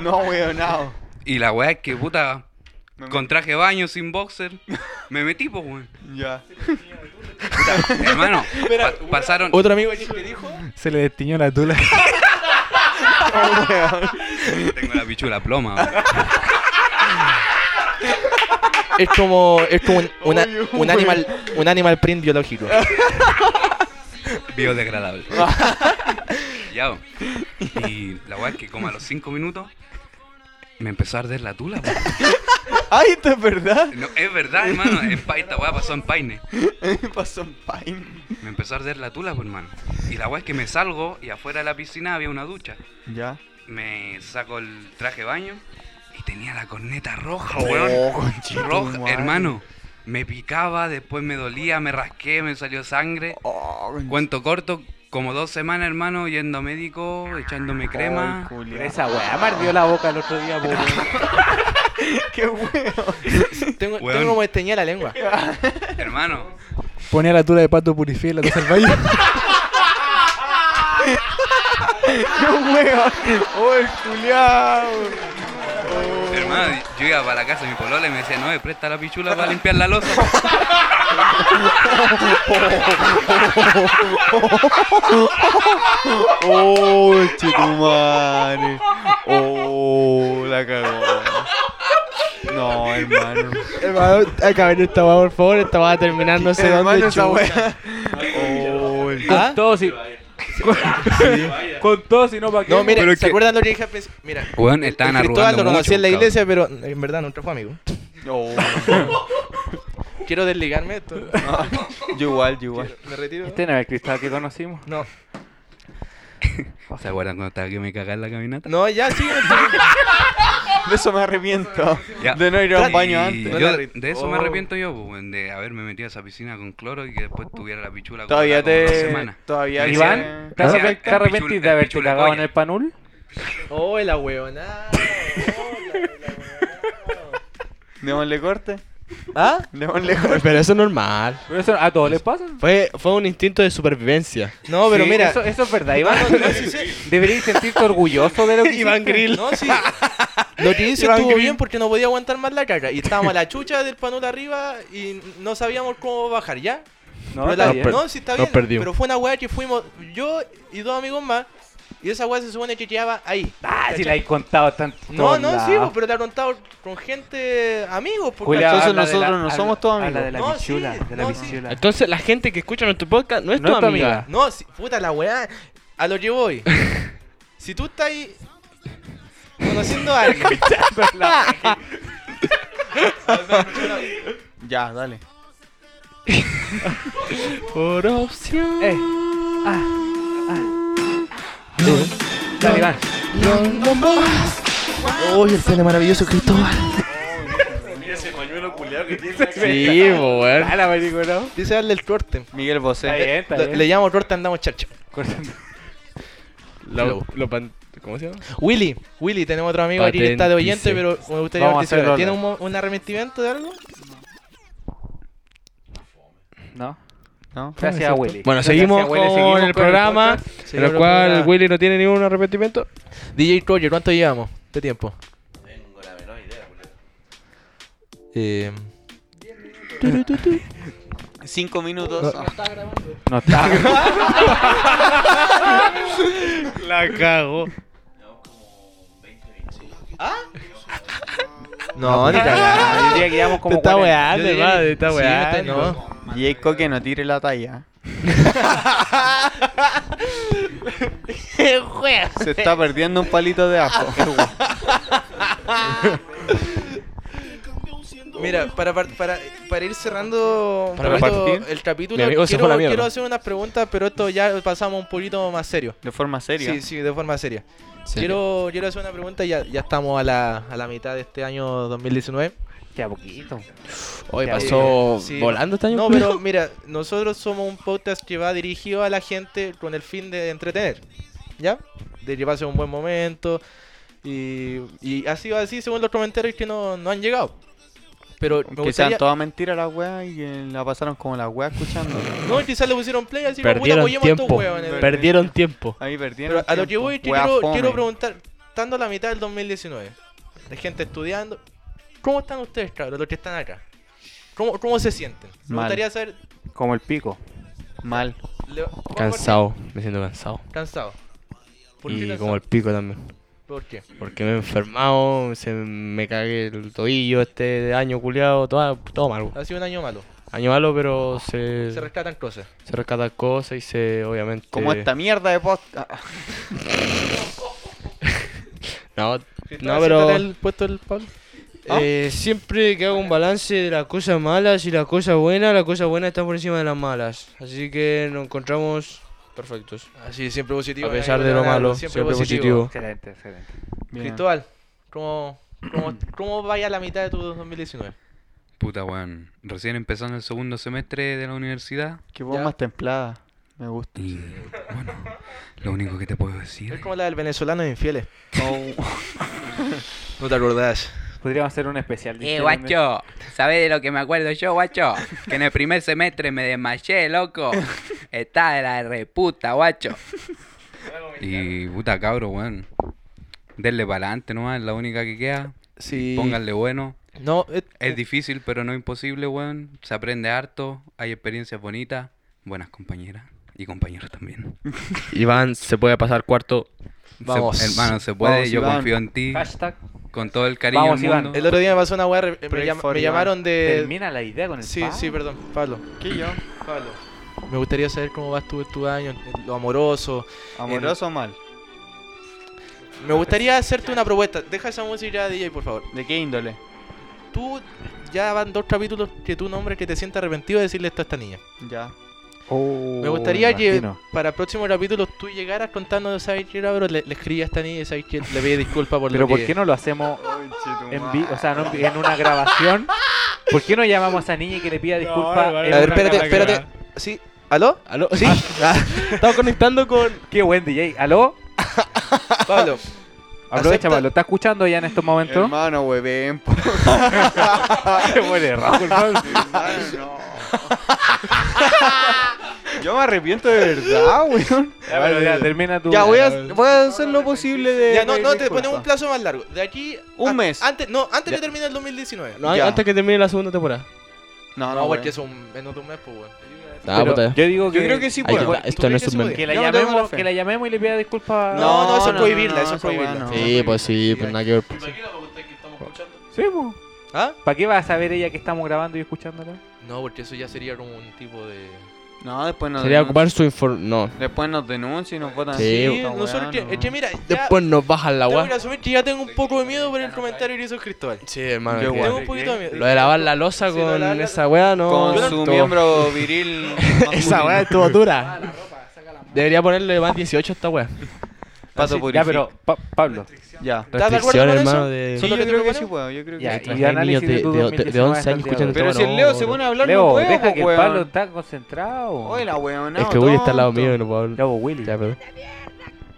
S5: No, weonado.
S7: y la weá es que, puta,
S5: Me
S7: con traje de baño, sin boxer, me metí, pues, weón.
S5: Ya.
S7: Hermano, pa- pasaron...
S2: Otro amigo
S8: Se le destiñó la tula.
S7: Tengo la pichula ploma, weón.
S1: Es como, es como un, una- un animal, un animal print biológico.
S7: biodegradable. ya, weón. Y la weá es que como a los 5 minutos me empezó a arder la tula, weón.
S5: Ay, esto es verdad.
S7: No, es verdad, hermano. En pa- esta weá pasó en Paine.
S5: Pasó un pain.
S7: Me empezó a arder la tula, pues, hermano. Y la weá es que me salgo y afuera de la piscina había una ducha.
S5: Ya.
S7: Me saco el traje de baño y tenía la corneta roja, weón. roja, hermano. Me picaba, después me dolía, me rasqué, me salió sangre. Cuento corto, como dos semanas, hermano, yendo a médico, echándome crema.
S6: Pero esa weá me ardió la boca el otro día, po, weón.
S5: Qué weón.
S1: Tengo,
S7: Weón.
S1: tengo como desteñida la lengua.
S7: hermano,
S8: Ponía la tula de pato purifié la tula del baño.
S5: Qué weón. Oh, el culiao.
S7: hermano, yo iba para la casa de mi polola y me decía, no, eh, presta la pichula para limpiar la losa.
S5: Oh, chetumare. Oh, la cagó. No, hermano.
S2: Hermano, acaben esta weá, por favor. Esta va terminando sé dónde,
S5: hermano, esa
S2: chucha.
S5: wea. Oh, el-
S1: ¿Ah?
S6: Con todo si... Con, con todo si no pa' qué.
S1: No, mira,
S7: Pero
S1: ¿se
S7: que-
S1: acuerdan lo que dije al principio? Mira,
S7: Weón, estaban
S1: el Cristóbal
S7: arrugando
S1: lo conocí
S7: mucho,
S1: en la
S7: cabrón.
S1: iglesia, pero en verdad nunca fue amigo.
S5: Oh.
S1: Quiero desligarme de esto.
S5: Yo igual, yo igual.
S1: Me retiro.
S6: Este no es el cristal que conocimos.
S1: No,
S7: ¿Se acuerdan cuando estaba que me cagaba en la caminata?
S1: no, ya sí.
S5: De eso me arrepiento.
S7: Ya.
S5: De no ir a un baño
S7: Y
S5: antes.
S7: yo
S1: No la
S7: de-
S1: arre-
S7: de eso me
S1: Oh.
S7: arrepiento yo, pues, weón, de haberme metido a esa piscina con cloro y que después tuviera la pichula como
S5: Todavía
S7: la- como dos
S5: te.
S7: semanas.
S5: Todavía
S7: Me
S5: te-
S6: Iván, ¿te,
S7: ¿Ah?
S6: arrep-
S7: Decía,
S6: te
S7: el
S6: arrepentís
S7: pichul-
S6: de
S7: el
S6: haberte
S7: pichul
S6: cagado en
S7: coña.
S6: el panul?
S1: Oh, la Oh, weona.
S5: Démosle corte.
S2: ¿Ah?
S5: Démosle corte.
S2: Pero eso es normal.
S6: Pero eso a todos les pasa.
S2: Fue, fue un instinto de supervivencia.
S1: No, pero
S6: Sí,
S1: mira.
S6: Eso, eso es verdad, Iván. Deberías sentirte orgulloso de lo que
S2: Iván
S6: hiciste.
S2: Grill.
S1: No, sí. Lo que hice
S2: Iván
S1: estuvo
S2: Green.
S1: bien porque no podía aguantar más la caca. Y estábamos a la chucha del panul arriba y no sabíamos cómo bajar ya.
S6: No,
S1: Pero
S6: está
S1: la-
S6: bien.
S2: per-
S1: no, sí está
S2: nos
S1: bien.
S2: perdimos.
S1: Pero fue una weá que fuimos yo y dos amigos más. Y esa weá se supone que quedaba ahí.
S6: Ah, si la he contado tanto.
S1: No, no, sí, bo, pero te ha contado con gente, amigos. Porque
S5: Julia, Entonces nosotros no somos todos amigos.
S6: de la
S1: No,
S6: bichula,
S1: sí,
S6: de la
S1: no, sí.
S6: bichula.
S2: Entonces, la gente que escucha nuestro podcast no es
S6: No
S2: tu
S6: es tu
S2: amiga.
S6: amiga.
S1: No, si- puta la weá. A lo que voy. si tú estás ahí conociendo a alguien.
S5: Ya, dale.
S2: Por opción.
S6: Eh, ah, ah. Dale, Iván.
S2: Uy, el pene maravilloso Cristóbal. Sí, po, weón.
S6: Ah, la marico, ¿no?
S1: Dice darle el corte.
S5: Miguel
S6: Está
S5: Bosé.
S6: bien, está
S1: Le,
S6: bien.
S1: le llamo corte, andamos charcha.
S6: Cortando.
S2: Lo, lo pan- ¿Cómo se llama?
S1: Willy, Willy, tenemos otro amigo aquí que está de oyente, pero
S2: Patentice.
S1: me gustaría
S6: Vamos a
S1: participar.
S6: hacerlo
S1: ¿Tiene un, mo- un arrepentimiento de algo?
S6: No.
S5: ¿No?
S6: Gracias, Willy.
S2: Bueno,
S6: Gracias,
S2: seguimos
S6: Willy,
S2: con
S6: seguimos
S2: el programa,
S6: podcast.
S2: en el cual Willy no tiene ningún arrepentimiento.
S1: DJ Roger, ¿cuánto llevamos de tiempo? Tengo la menor idea,
S5: Cinco minutos.
S6: No está.
S2: La cago.
S1: No, ni cagada.
S6: Yo diría que llevamos
S2: Te
S6: como
S2: está
S6: 40.
S2: weando,
S1: Yo diría
S2: hermano,
S1: que-
S2: te está
S1: sí, me está-
S2: weando.
S1: no.
S5: Jaco que no tire la talla. Se está perdiendo un palito de ajo.
S1: Mira, para, par- para, para ir cerrando un
S2: Para
S1: poquito
S2: partir.
S1: el capítulo,
S2: Mi amigo se
S1: quiero,
S2: fue a la mierda.
S1: quiero hacer unas preguntas, pero esto ya pasamos un poquito más serio.
S5: De forma seria.
S1: Sí, sí, de forma seria. Quiero, quiero hacer una pregunta, ya, ya estamos a la, a la mitad de este año 2019.
S6: Ya poquito.
S2: Hoy
S6: Ya,
S2: pasó
S1: eh, sí.
S2: volando este año.
S1: No, pero mira, nosotros somos un podcast que va dirigido a la gente con el fin de entretener. ¿Ya? de llevarse un buen momento. Y, y ha sido así según los comentarios que no, no han llegado. Pero me
S5: Que
S1: gustaría...
S5: sean todas mentiras las weas y que la pasaron como las weas escuchando.
S1: No, quizás le pusieron play así como, puta,
S2: Perdieron
S1: apoyemos a estos
S2: tiempo.
S1: hueones.
S5: Pero-
S2: Perdieron tiempo.
S5: Ahí perdieron.
S1: Pero a lo que
S5: tiempo.
S1: voy es que
S5: Wea
S1: quiero,
S5: fome.
S1: quiero preguntar, estando a la mitad del 2019, de gente estudiando, ¿cómo están ustedes, cabros, los que están acá? ¿Cómo, cómo se sienten? Me
S5: Mal.
S1: gustaría saber...
S6: Como el pico.
S5: Mal.
S1: le- Juan Martín,
S2: Cansado, me siento cansado.
S1: Cansado. ¿Por qué
S2: Y
S1: cansado?
S2: como el pico también.
S1: ¿Por qué?
S2: Porque me he enfermado, se me cagué el tobillo este año culiado, todo, todo mal. weón.
S1: Ha sido un año malo.
S2: Año malo, pero se,
S1: Se
S2: se,
S1: rescatan cosas.
S2: rescatan cosas y se, obviamente...
S5: Como esta mierda de post. Ah,
S2: No, no
S1: ¿Así
S2: pero...
S1: estará el puesto del Pablo?
S2: Eh, siempre que hago un balance de las cosas malas y las cosas buenas, las cosas buenas están por encima de las malas. Así que nos encontramos perfectos.
S1: Así, siempre positivo.
S2: A pesar de lo malo, siempre positivo.
S6: Excelente, excelente.
S5: bien.
S1: Cristóbal, ¿cómo, cómo, ¿cómo vaya la mitad de tu 2019?
S7: Puta, weón. Recién empezando el segundo semestre de la universidad.
S5: Que voz
S1: Ya.
S5: más templada. Me gusta.
S7: Y bueno, lo único que te puedo decir.
S1: Es como la del venezolano de infieles.
S5: Oh,
S1: No te acordás.
S6: Podríamos hacer un especial. de
S7: Eh,
S6: infierno.
S7: guacho, ¿sabes de lo que me acuerdo yo, guacho? Que en el primer semestre me desmayé, loco. Está de la reputa, guacho. Y puta cabro, weón. Denle para adelante nomás, es la única que queda.
S1: Sí.
S7: Pónganle bueno.
S1: No, eh,
S7: Es difícil, pero no imposible, weón. Se aprende harto, hay experiencias bonitas, buenas compañeras y compañeros también.
S2: Iván se puede pasar cuarto.
S7: Se-
S1: Vamos.
S7: hermano, se puede,
S5: Vamos,
S7: yo
S5: Iván.
S7: confío en ti
S6: Hashtag.
S7: con todo el cariño
S6: Vamos,
S7: del
S6: Iván.
S7: mundo.
S1: el otro día me pasó una weá, re- me,
S5: Pray
S1: llam-
S5: for
S1: me
S5: Iván.
S1: llamaron de...
S6: Termina la idea con el
S1: Sí,
S6: pavo.
S1: sí, perdón, Pablo.
S5: ¿Qué yo?
S1: Pablo. Me gustaría saber cómo vas tú en tu año, en lo amoroso.
S5: Amoroso o mal.
S1: Me gustaría hacerte una propuesta. Deja esa música, DJ, por favor.
S5: ¿De qué índole?
S1: Tú, ya van dos capítulos que tu nombre que te sienta arrepentido de decirle esto a esta niña.
S5: Ya.
S6: Oh,
S1: Me gustaría que
S6: imagino.
S1: para el próximo capítulo tú llegaras contándonos, ¿sabes qué, cabrón? Le, le escribí a esta niña y ¿sabes qué? Le pedí disculpas por
S6: Pero
S1: lo
S6: ¿por
S1: que...
S6: qué no lo hacemos en vi- o sea, no en, vi- en una grabación? ¿Por qué no llamamos a esa niña y que le pida disculpas?
S8: no,
S6: en
S1: A ver,
S6: una
S1: espérate,
S6: gra-
S1: espérate. Sí, ¿aló?
S2: ¿Aló? Sí. Estamos conectando con.
S6: Qué buen DJ. ¿Aló?
S1: Pablo,
S6: Aprovecha,
S1: Acepta-
S6: Pablo. ¿Está escuchando ya en estos momentos?
S5: Hermano, huevén. po.
S6: Se muere Raúl.
S5: Hermano, no. Yo me arrepiento de verdad, weón.
S6: Ya, pero ya, termina tu...
S5: Ya, voy a, voy a hacer lo posible de.
S1: ya no, no,
S5: pedir
S1: te ponemos un
S5: disculpas.
S1: plazo más largo. De aquí...
S5: Un
S1: a-
S5: mes.
S1: Antes, no, antes
S5: Ya.
S1: que termine el 2019.
S2: No,
S5: Ya.
S2: Antes que termine la segunda temporada.
S5: No,
S1: No,
S5: no,
S1: porque
S5: weón.
S1: es un, menos de un mes, pues, weón.
S2: Ah,
S6: Pero
S2: puta.
S6: yo digo que...
S5: Yo creo que sí,
S2: Ahí
S5: puedo.
S2: está, Esto no es un meme.
S6: Que la,
S5: Yo no tengo la
S6: llamemos,
S5: fe.
S6: que la llamemos y le pida disculpas.
S1: No, no, eso es
S5: no,
S1: prohibirla,
S5: no,
S1: eso es
S5: esa weá
S1: prohibirla.
S5: no.
S2: Sí, pues sí, pues nada que ver.
S4: ¿Para qué la vamos a contar que estamos escuchando?
S6: Sí, po.
S1: ¿Ah?
S6: ¿Para qué va a saber ella que estamos grabando y escuchándola?
S1: No, porque eso ya sería como un tipo de...
S5: No, después nos
S2: Sería
S5: denuncian.
S2: ocupar su inform. No.
S5: Después nos denuncian y nos votan.
S2: Sí,
S5: así,
S1: Sí,
S5: puta
S1: nosotros...
S5: weá,
S1: que-
S5: no.
S1: Es que mira, ya...
S2: Después nos bajan la
S1: Tengo que
S2: weá.
S1: asumir que ya tengo un poco de miedo por el comentario que hizo Cristóbal.
S2: Sí, hermano.
S5: Qué
S2: que-
S5: guay.
S1: Tengo un poquito de miedo.
S2: Lo de lavar la losa
S1: Sí, lo de
S2: con
S1: lavar la-
S2: esa weá no.
S5: Con
S2: no
S5: su
S2: estuvo-
S5: miembro viril.
S2: Esa
S5: masculino.
S2: weá estuvo dura. Debería ponerle más 18 a esta weá.
S5: Paso
S6: Así-
S5: por
S6: Ya, pero, Pa- Pablo,
S5: Ya.
S1: ¿Estás de acuerdo
S2: Restricción,
S1: con
S2: hermano,
S1: eso?
S2: de-
S5: Sí,
S1: ¿Solo
S5: yo
S1: que te
S5: creo que
S1: proponen?
S5: sí puedo, yo creo que
S6: Ya,
S5: sí.
S2: Hay
S6: y análisis
S2: niños
S6: de tu
S2: de- de- de 11
S6: 2019
S2: años
S6: hasta el día de hoy.
S2: escuchando
S5: Pero si el Leo se pone a hablar, no
S6: Leo,
S5: puedo,
S6: deja
S5: po,
S6: que el
S5: weón.
S6: Pablo está concentrado.
S5: Hola, weón.
S2: Es que Willy está al lado mío y no puedo hablar.
S6: Ya, po, Willy.
S2: Ya,
S6: Ya,
S2: perdón.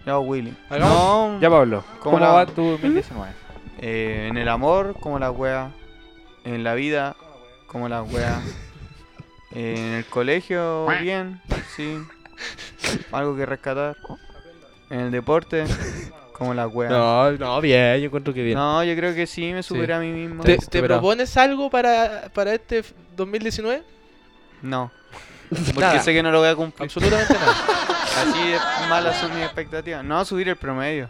S5: Ya, Willy.
S1: Hagamos-
S5: No,
S6: Pablo, ¿cómo,
S5: ¿Cómo la-
S6: va tu 2019?
S5: eh, en el amor, como la wea. En la vida, como la wea. Eh, en el colegio, bien, sí. Algo que rescatar. En el deporte, como la wea. No,
S2: No, no, bien, yo encuentro que bien.
S5: yo creo que sí, me superé a mí mismo.
S1: ¿Te,
S2: Sí,
S1: te
S2: superado.
S1: propones algo para, para este f- 2019?
S5: No. Porque
S1: Nada.
S5: sé que no lo voy a cumplir.
S1: Absolutamente nada.
S5: Así de malas son mis expectativas. No, subir el promedio,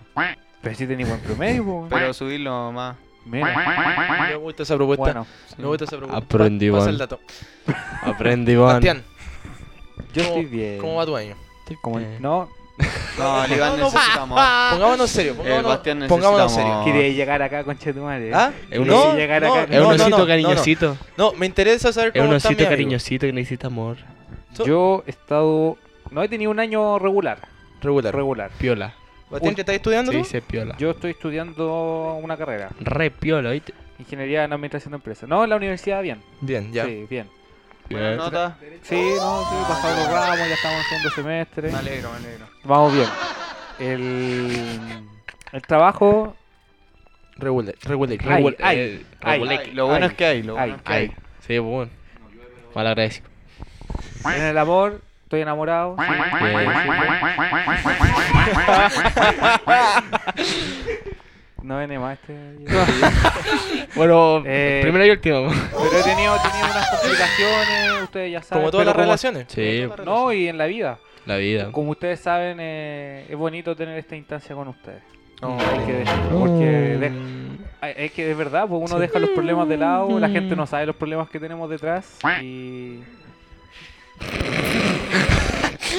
S6: Pero si tenés buen promedio, po, weón.
S5: pero subirlo más.
S6: Mira,
S1: Me gusta esa propuesta.
S6: bueno,
S1: Me gusta esa propuesta.
S2: Aprendí,
S1: Pa- Pasa
S2: Iván.
S1: el dato.
S2: Aprende, Iván.
S1: Bastián,
S6: yo
S1: ¿Cómo-
S6: estoy bien.
S1: ¿cómo va tu año?
S6: Como el-
S2: Eh.
S6: no,
S5: No, el Iván necesita amor.
S1: Pongámonos
S6: Eh,
S1: serio.
S5: El
S1: Pongámonos,
S5: Bastián necesita
S1: pongámonos
S5: amor.
S1: serio.
S6: quiere llegar acá con Chetumare.
S1: ¿Ah?
S2: Es un
S1: no,
S2: osito.
S6: llegar
S1: no,
S6: acá-
S2: Es un
S1: no, no,
S2: osito
S1: no,
S2: cariñosito.
S1: No, no, me interesa saber
S2: Es
S1: cómo
S2: un
S1: está mi
S2: osito
S1: amigo.
S2: cariñosito que necesita amor.
S1: So-
S6: Yo he estado. No he tenido un año regular.
S1: Regular.
S6: Regular.
S2: Piola.
S1: Bastián, ¿que estás estudiando
S2: Se
S1: tú?
S2: dice piola.
S6: Yo estoy estudiando una carrera.
S2: Re piola, ¿viste?
S6: Ingeniería en Administración de Empresas. No, en la universidad, bien.
S1: Bien, ya.
S6: Sí, bien.
S5: Buena nota.
S6: Sí, no, sí, pasado los ramos, ya estamos en segundo semestre.
S5: Me alegro, me alegro.
S6: Vamos bien. el, el trabajo.
S2: Regular, regular,
S6: Ay,
S2: regular.
S6: ay,
S2: eh,
S6: ay.
S2: regular.
S5: Lo bueno
S6: Ay.
S5: es que hay, lo bueno
S6: Ay.
S5: es que
S2: Ay,
S5: hay.
S2: sí, pues, bueno. Mal agradecido.
S6: En el amor, estoy enamorado. No viene más este.
S2: Bueno,
S6: Eh,
S2: primero y último.
S6: Pero he tenido, he tenido unas complicaciones, ustedes ya saben.
S1: Como todas
S6: pero
S1: las relaciones.
S2: Sí,
S6: No, y en la vida.
S2: la vida.
S6: Como ustedes saben, eh, es bonito tener esta instancia con ustedes.
S5: No,
S6: Hay que decirlo,
S2: Oh.
S6: porque de- ay, es que es verdad, pues uno deja los problemas de lado, la
S2: Mm.
S6: gente no sabe los problemas que tenemos detrás y...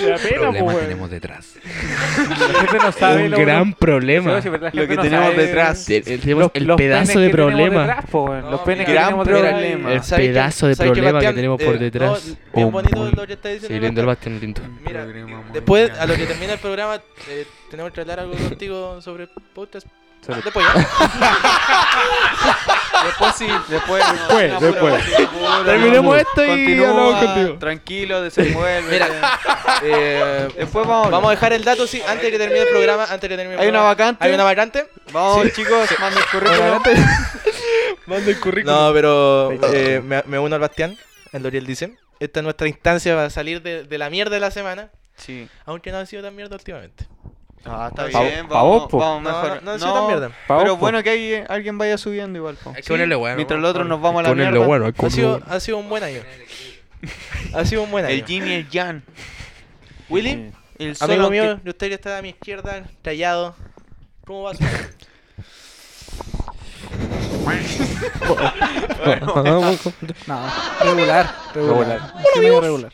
S6: La pena, pues,
S7: Problemas
S6: weón.
S7: tenemos detrás.
S6: La gente no sabe
S2: Un
S6: lo-
S2: gran
S6: Sí,
S2: problema.
S6: sí, verdad, la
S5: Lo
S6: gente
S5: que
S6: no
S5: tenemos
S6: sabe
S5: detrás.
S2: Te- el- tenemos
S6: los-
S2: el
S6: los
S2: pedazo
S6: penes
S2: de
S6: que tenemos
S2: problema.
S6: detrás, po, weón, los penes que
S5: gran
S6: tenemos
S5: problema.
S6: detrás.
S2: El pedazo de problema que tenemos por detrás.
S1: Eh, bien
S2: Oh,
S1: bonito
S2: muy-
S1: lo que está
S2: Sí,
S1: diciendo.
S2: lindo el
S1: Bastián.
S2: Bastian, lindo.
S1: Mira,
S5: Programa muy
S1: después, a
S5: grande.
S1: lo que termina el programa, eh, tenemos que tratar algo contigo sobre podcast.
S6: Sobre-
S1: Después ya.
S5: Después sí, después. no, no, pero-
S2: Terminemos Terminemos esto y
S5: Continúa,
S2: hablamos contigo.
S5: Tranquilo, desenvuelve.
S1: Mira. Eh,
S5: Después vamos.
S1: vamos a dejar el dato, sí, antes de que termine el programa. Antes de que termine el
S5: Hay una
S1: programa.
S5: vacante.
S1: Hay una vacante.
S5: Vamos, chicos, manden el currículum.
S1: No, pero eh, me, me uno al Bastián, en lo que él dice. Esta es nuestra instancia para salir de, de la mierda de la semana,
S5: Sí.
S1: aunque no ha sido tan mierda últimamente.
S5: Ah, está
S6: Pa-
S5: bien,
S6: pa'
S5: vamos,
S6: vos, po.
S5: vamos
S1: No, no,
S5: mejor.
S1: no ha sido tan mierda.
S6: Pa' vos,
S5: pero
S6: po.
S5: bueno que hay, alguien vaya subiendo igual, po.
S7: Hay que ponerle huevo.
S5: Mientras el otro nos vamos a la mierda.
S1: Ha sido, ha sido un buen año. Ha sido un buen año.
S5: El Jimmy, el Jan. Willy, el solo
S1: Amigo
S5: que-
S1: mío, de usted que está a mi izquierda, callado. ¿Cómo va su-
S8: No, regular, regular. Sí, medio regular.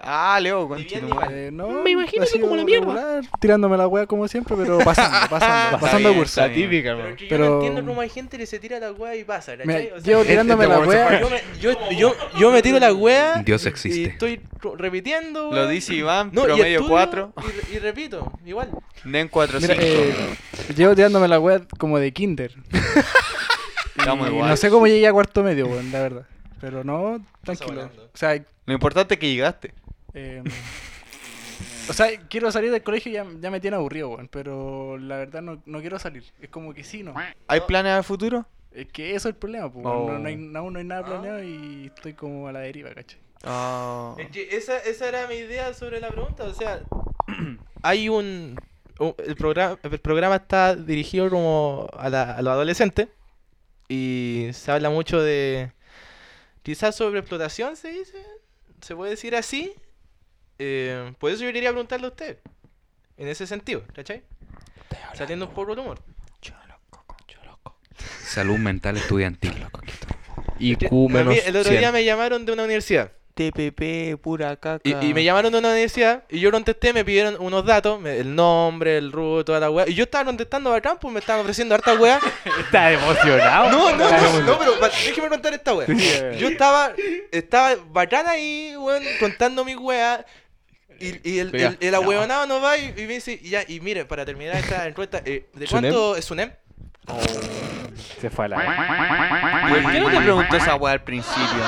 S5: Ah, Leo, conchito.
S8: Eh, no, me imagino que como la mierda. tirándome la wea como siempre, pero pasando, pasando, pasando
S5: bien,
S8: curso.
S5: está bien.
S2: Típica,
S1: Pero que yo
S8: Pero-
S1: no entiendo cómo hay gente que se tira la wea y pasa, ¿cachai?
S8: Me-
S1: O sea,
S5: Este
S8: llevo tirándome la wea.
S1: yo, me, yo, yo, yo me tiro la wea.
S7: Dios
S1: y-
S7: existe.
S1: Y estoy co- repitiendo.
S5: Lo
S1: wea.
S5: dice Iván,
S1: No, y
S5: promedio
S1: estudio
S5: 4,
S1: Y, re- y repito, igual.
S5: Den 4,
S8: Mira,
S5: 5.
S8: eh, llevo tirándome la wea como de kinder.
S5: Estamos
S8: Y
S5: igual.
S8: No sé cómo llegué a cuarto medio, weón, la verdad. Pero no, tranquilo.
S1: volando.
S8: O sea,
S5: Lo importante es que llegaste.
S8: eh, o sea, quiero salir del colegio y ya, ya me tiene aburrido, weón. Pero la verdad no, no quiero salir. Es como que sí, no.
S5: ¿Hay planes al futuro?
S8: Es que eso es el problema, pues.
S5: Oh.
S8: No, no hay, aún no hay nada planeado y estoy como a la deriva, ¿cachai?
S5: Ah.
S1: Es que esa, esa era mi idea sobre la pregunta. O sea, hay un. un- el, programa, el programa está dirigido como a, la- a los adolescentes. Y se habla mucho de. Quizás sobre explotación, se dice. Se puede decir así. Eh, por eso yo quería preguntarle a usted. En ese sentido, ¿cachai? Saliendo un poco del humor.
S7: Salud mental estudiantil.
S2: IQ
S1: A
S2: menos
S1: mí el otro día
S2: 100.
S1: me llamaron de una universidad.
S5: TPP, pura caca.
S1: Y, y me llamaron de una universidad y yo contesté, me pidieron unos datos, me- el nombre, el rubo, toda la weá. Y yo estaba contestando bacán, pues me estaban ofreciendo harta weá.
S6: Está emocionado.
S1: No, no, no, no, pero va- déjeme contar esta weá. Yo estaba, estaba bacán ahí, weón, contando mi weá. Y, y el, el, el ahueonado nos va y, y me dice, ya, y mire, para terminar esta encuesta, eh, ¿de
S2: ¿Sunem?
S1: cuánto es un EM?
S6: Se fue a la...
S5: ¿Por qué no te preguntó esa weá al principio?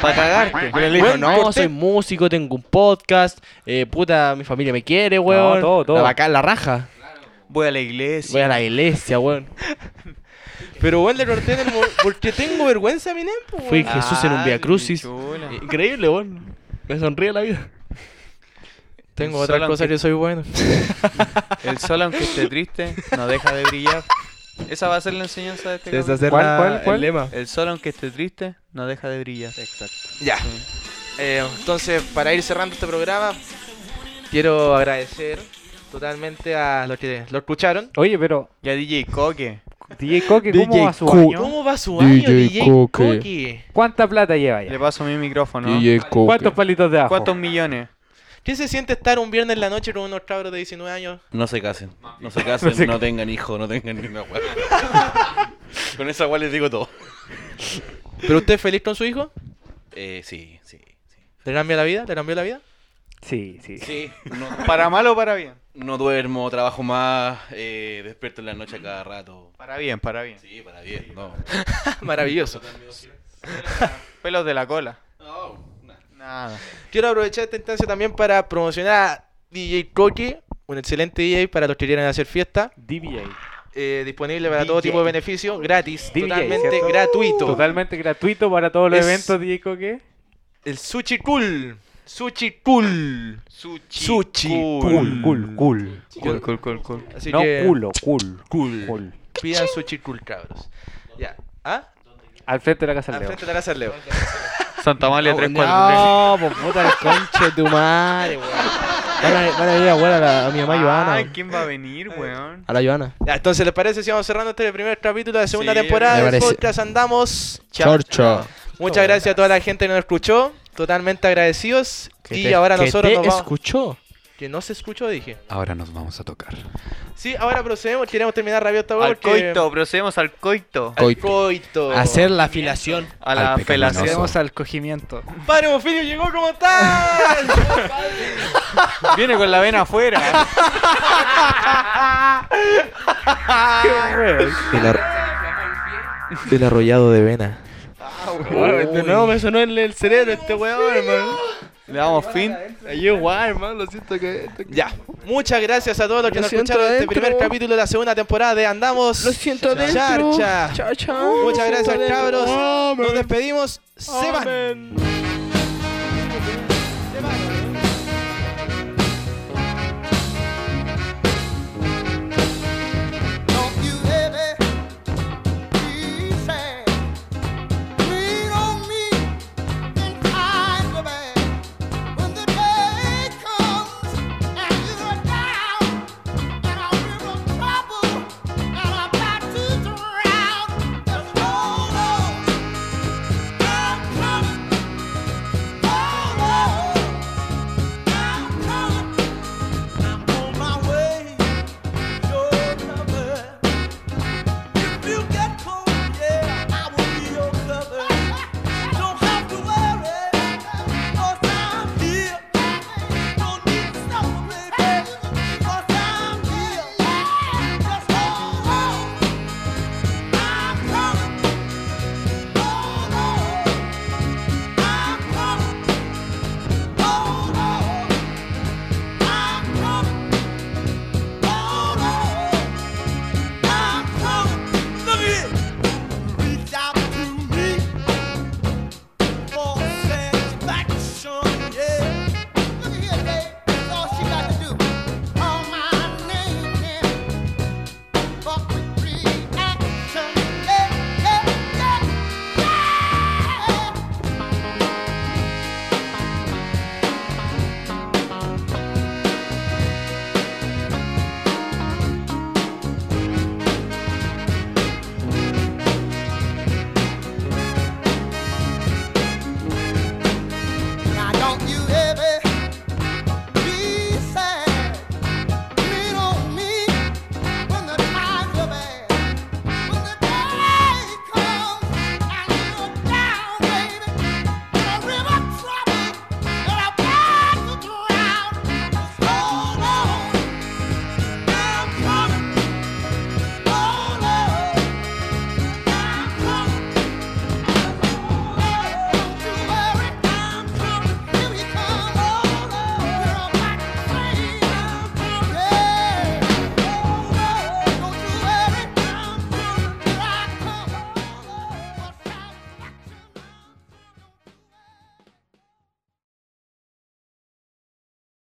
S5: Para cagarte.
S1: Ah,
S2: Pero le dijo, no, soy músico, tengo un podcast, eh, puta, mi familia me quiere, weón.
S6: todo, todo.
S2: La vaca, la raja.
S5: Voy a la iglesia.
S2: Voy a la iglesia, weón.
S1: Pero weón, le corté en el mo- porque tengo vergüenza a mi NEM, pues,
S2: Fui
S1: weón.
S2: Jesús en un Via Crucis.
S5: chula.
S2: Increíble, weón. Me sonríe la vida.
S1: Tengo otra
S5: Solo
S1: cosa
S5: aunque-
S1: que soy bueno.
S5: El sol, aunque esté triste, no deja de brillar. Esa va a ser la enseñanza de este capítulo.
S2: ¿Cuál, cuál, cuál?
S5: El sol, aunque esté triste, no deja de brillar. Exacto.
S1: Ya. Eh, entonces, para ir cerrando este programa, quiero agradecer totalmente a los que lo escucharon.
S6: Oye, pero
S5: Ya DJ Coque.
S6: DJ Coque, ¿cómo
S8: DJ
S6: va su
S8: Coque.
S6: año?
S1: ¿Cómo va su año, DJ, Coque?
S6: ¿Cuánta plata lleva ya?
S5: Le paso mi micrófono.
S6: ¿Cuántos palitos de ajo?
S5: ¿Cuántos millones?
S1: ¿Qué se siente estar un viernes en la noche con unos cabros de 19 años?
S4: No se casen. No se casen, no tengan hijos, no tengan ni una weá. Con esa weá les digo todo.
S1: ¿Pero usted es feliz con su hijo?
S4: Eh, sí, sí. sí.
S1: ¿Le cambia la vida? ¿Le cambió la vida?
S6: Sí, sí.
S4: Sí, no,
S5: ¿Para mal o para bien?
S4: no duermo, trabajo más, eh, despierto en la noche a cada rato.
S5: Para bien, para bien.
S4: Sí, para bien, no.
S1: Maravilloso.
S5: Pelos de la cola.
S4: No,
S5: Nada.
S1: Quiero aprovechar esta instancia también para promocionar a DJ Coque un excelente DJ para los que quieran hacer fiesta.
S6: DBA.
S1: eh, disponible para todo tipo de beneficio, gratis,
S6: DJ,
S1: totalmente
S6: ¿cierto?
S1: gratuito.
S6: Totalmente gratuito para todos los
S1: Es-
S6: eventos, Diego, que
S1: El Sushi Cool. Sushi Cool.
S4: Sushi.
S1: Sushi
S6: cool, cool, cool.
S5: Cool, cool, cool, cool.
S1: Así
S6: No
S1: que
S6: culo, cool,
S1: Cool.
S6: cool.
S1: pidan Sushi Cool, cabros. Ya. ¿Ah?
S6: Al frente de la casa
S1: Al
S6: de Leo.
S1: frente de la casa del Leo.
S5: Santa Amalia 343.
S2: No, pues puta el conche de tu madre, weón. Van a, van a ir a jugar a, la- a mi mamá
S5: Ah,
S2: Joana.
S5: ¿quién va a venir, weón?
S2: A la Joana.
S1: Ya, entonces, ¿les parece si vamos cerrando este primer capítulo de la segunda
S5: Sí,
S1: temporada
S2: me
S1: del
S2: parece.
S1: podcast Andamos?
S2: Chorcho.
S1: Muchas gracias a toda la gente que nos escuchó. Totalmente agradecidos.
S2: Que
S1: y
S2: te-
S1: ahora
S2: que
S1: nosotros
S2: te
S1: nos vamos.
S2: escuchó?
S1: Que no se escuchó, dije.
S7: Ahora nos vamos a tocar.
S1: Sí, ahora procedemos. Queremos terminar Radio esta
S5: Al coito, procedemos al coito.
S1: Al coito.
S2: Hacer la afilación.
S5: A la
S7: Al pecaminoso.
S5: felación.
S8: Procedemos al cogimiento.
S1: Padre Bofilio llegó, ¿cómo estás?
S5: Viene con la vena afuera.
S1: el, arrollado de vena.
S2: De nuevo me sonó el, el cerebro este weón, hermano.
S5: Le damos fin.
S2: Yo igual, hermano, lo siento que...
S1: Ya. Muchas gracias a todos los que
S2: Lo
S1: nos
S2: siento
S1: escucharon en este
S2: adentro.
S1: primer capítulo de la segunda temporada de Andamos.
S2: siento
S1: Charcha.
S2: Chao, chao.
S1: Muchas gracias, cabros. Nos despedimos. Se van.
S2: Amén.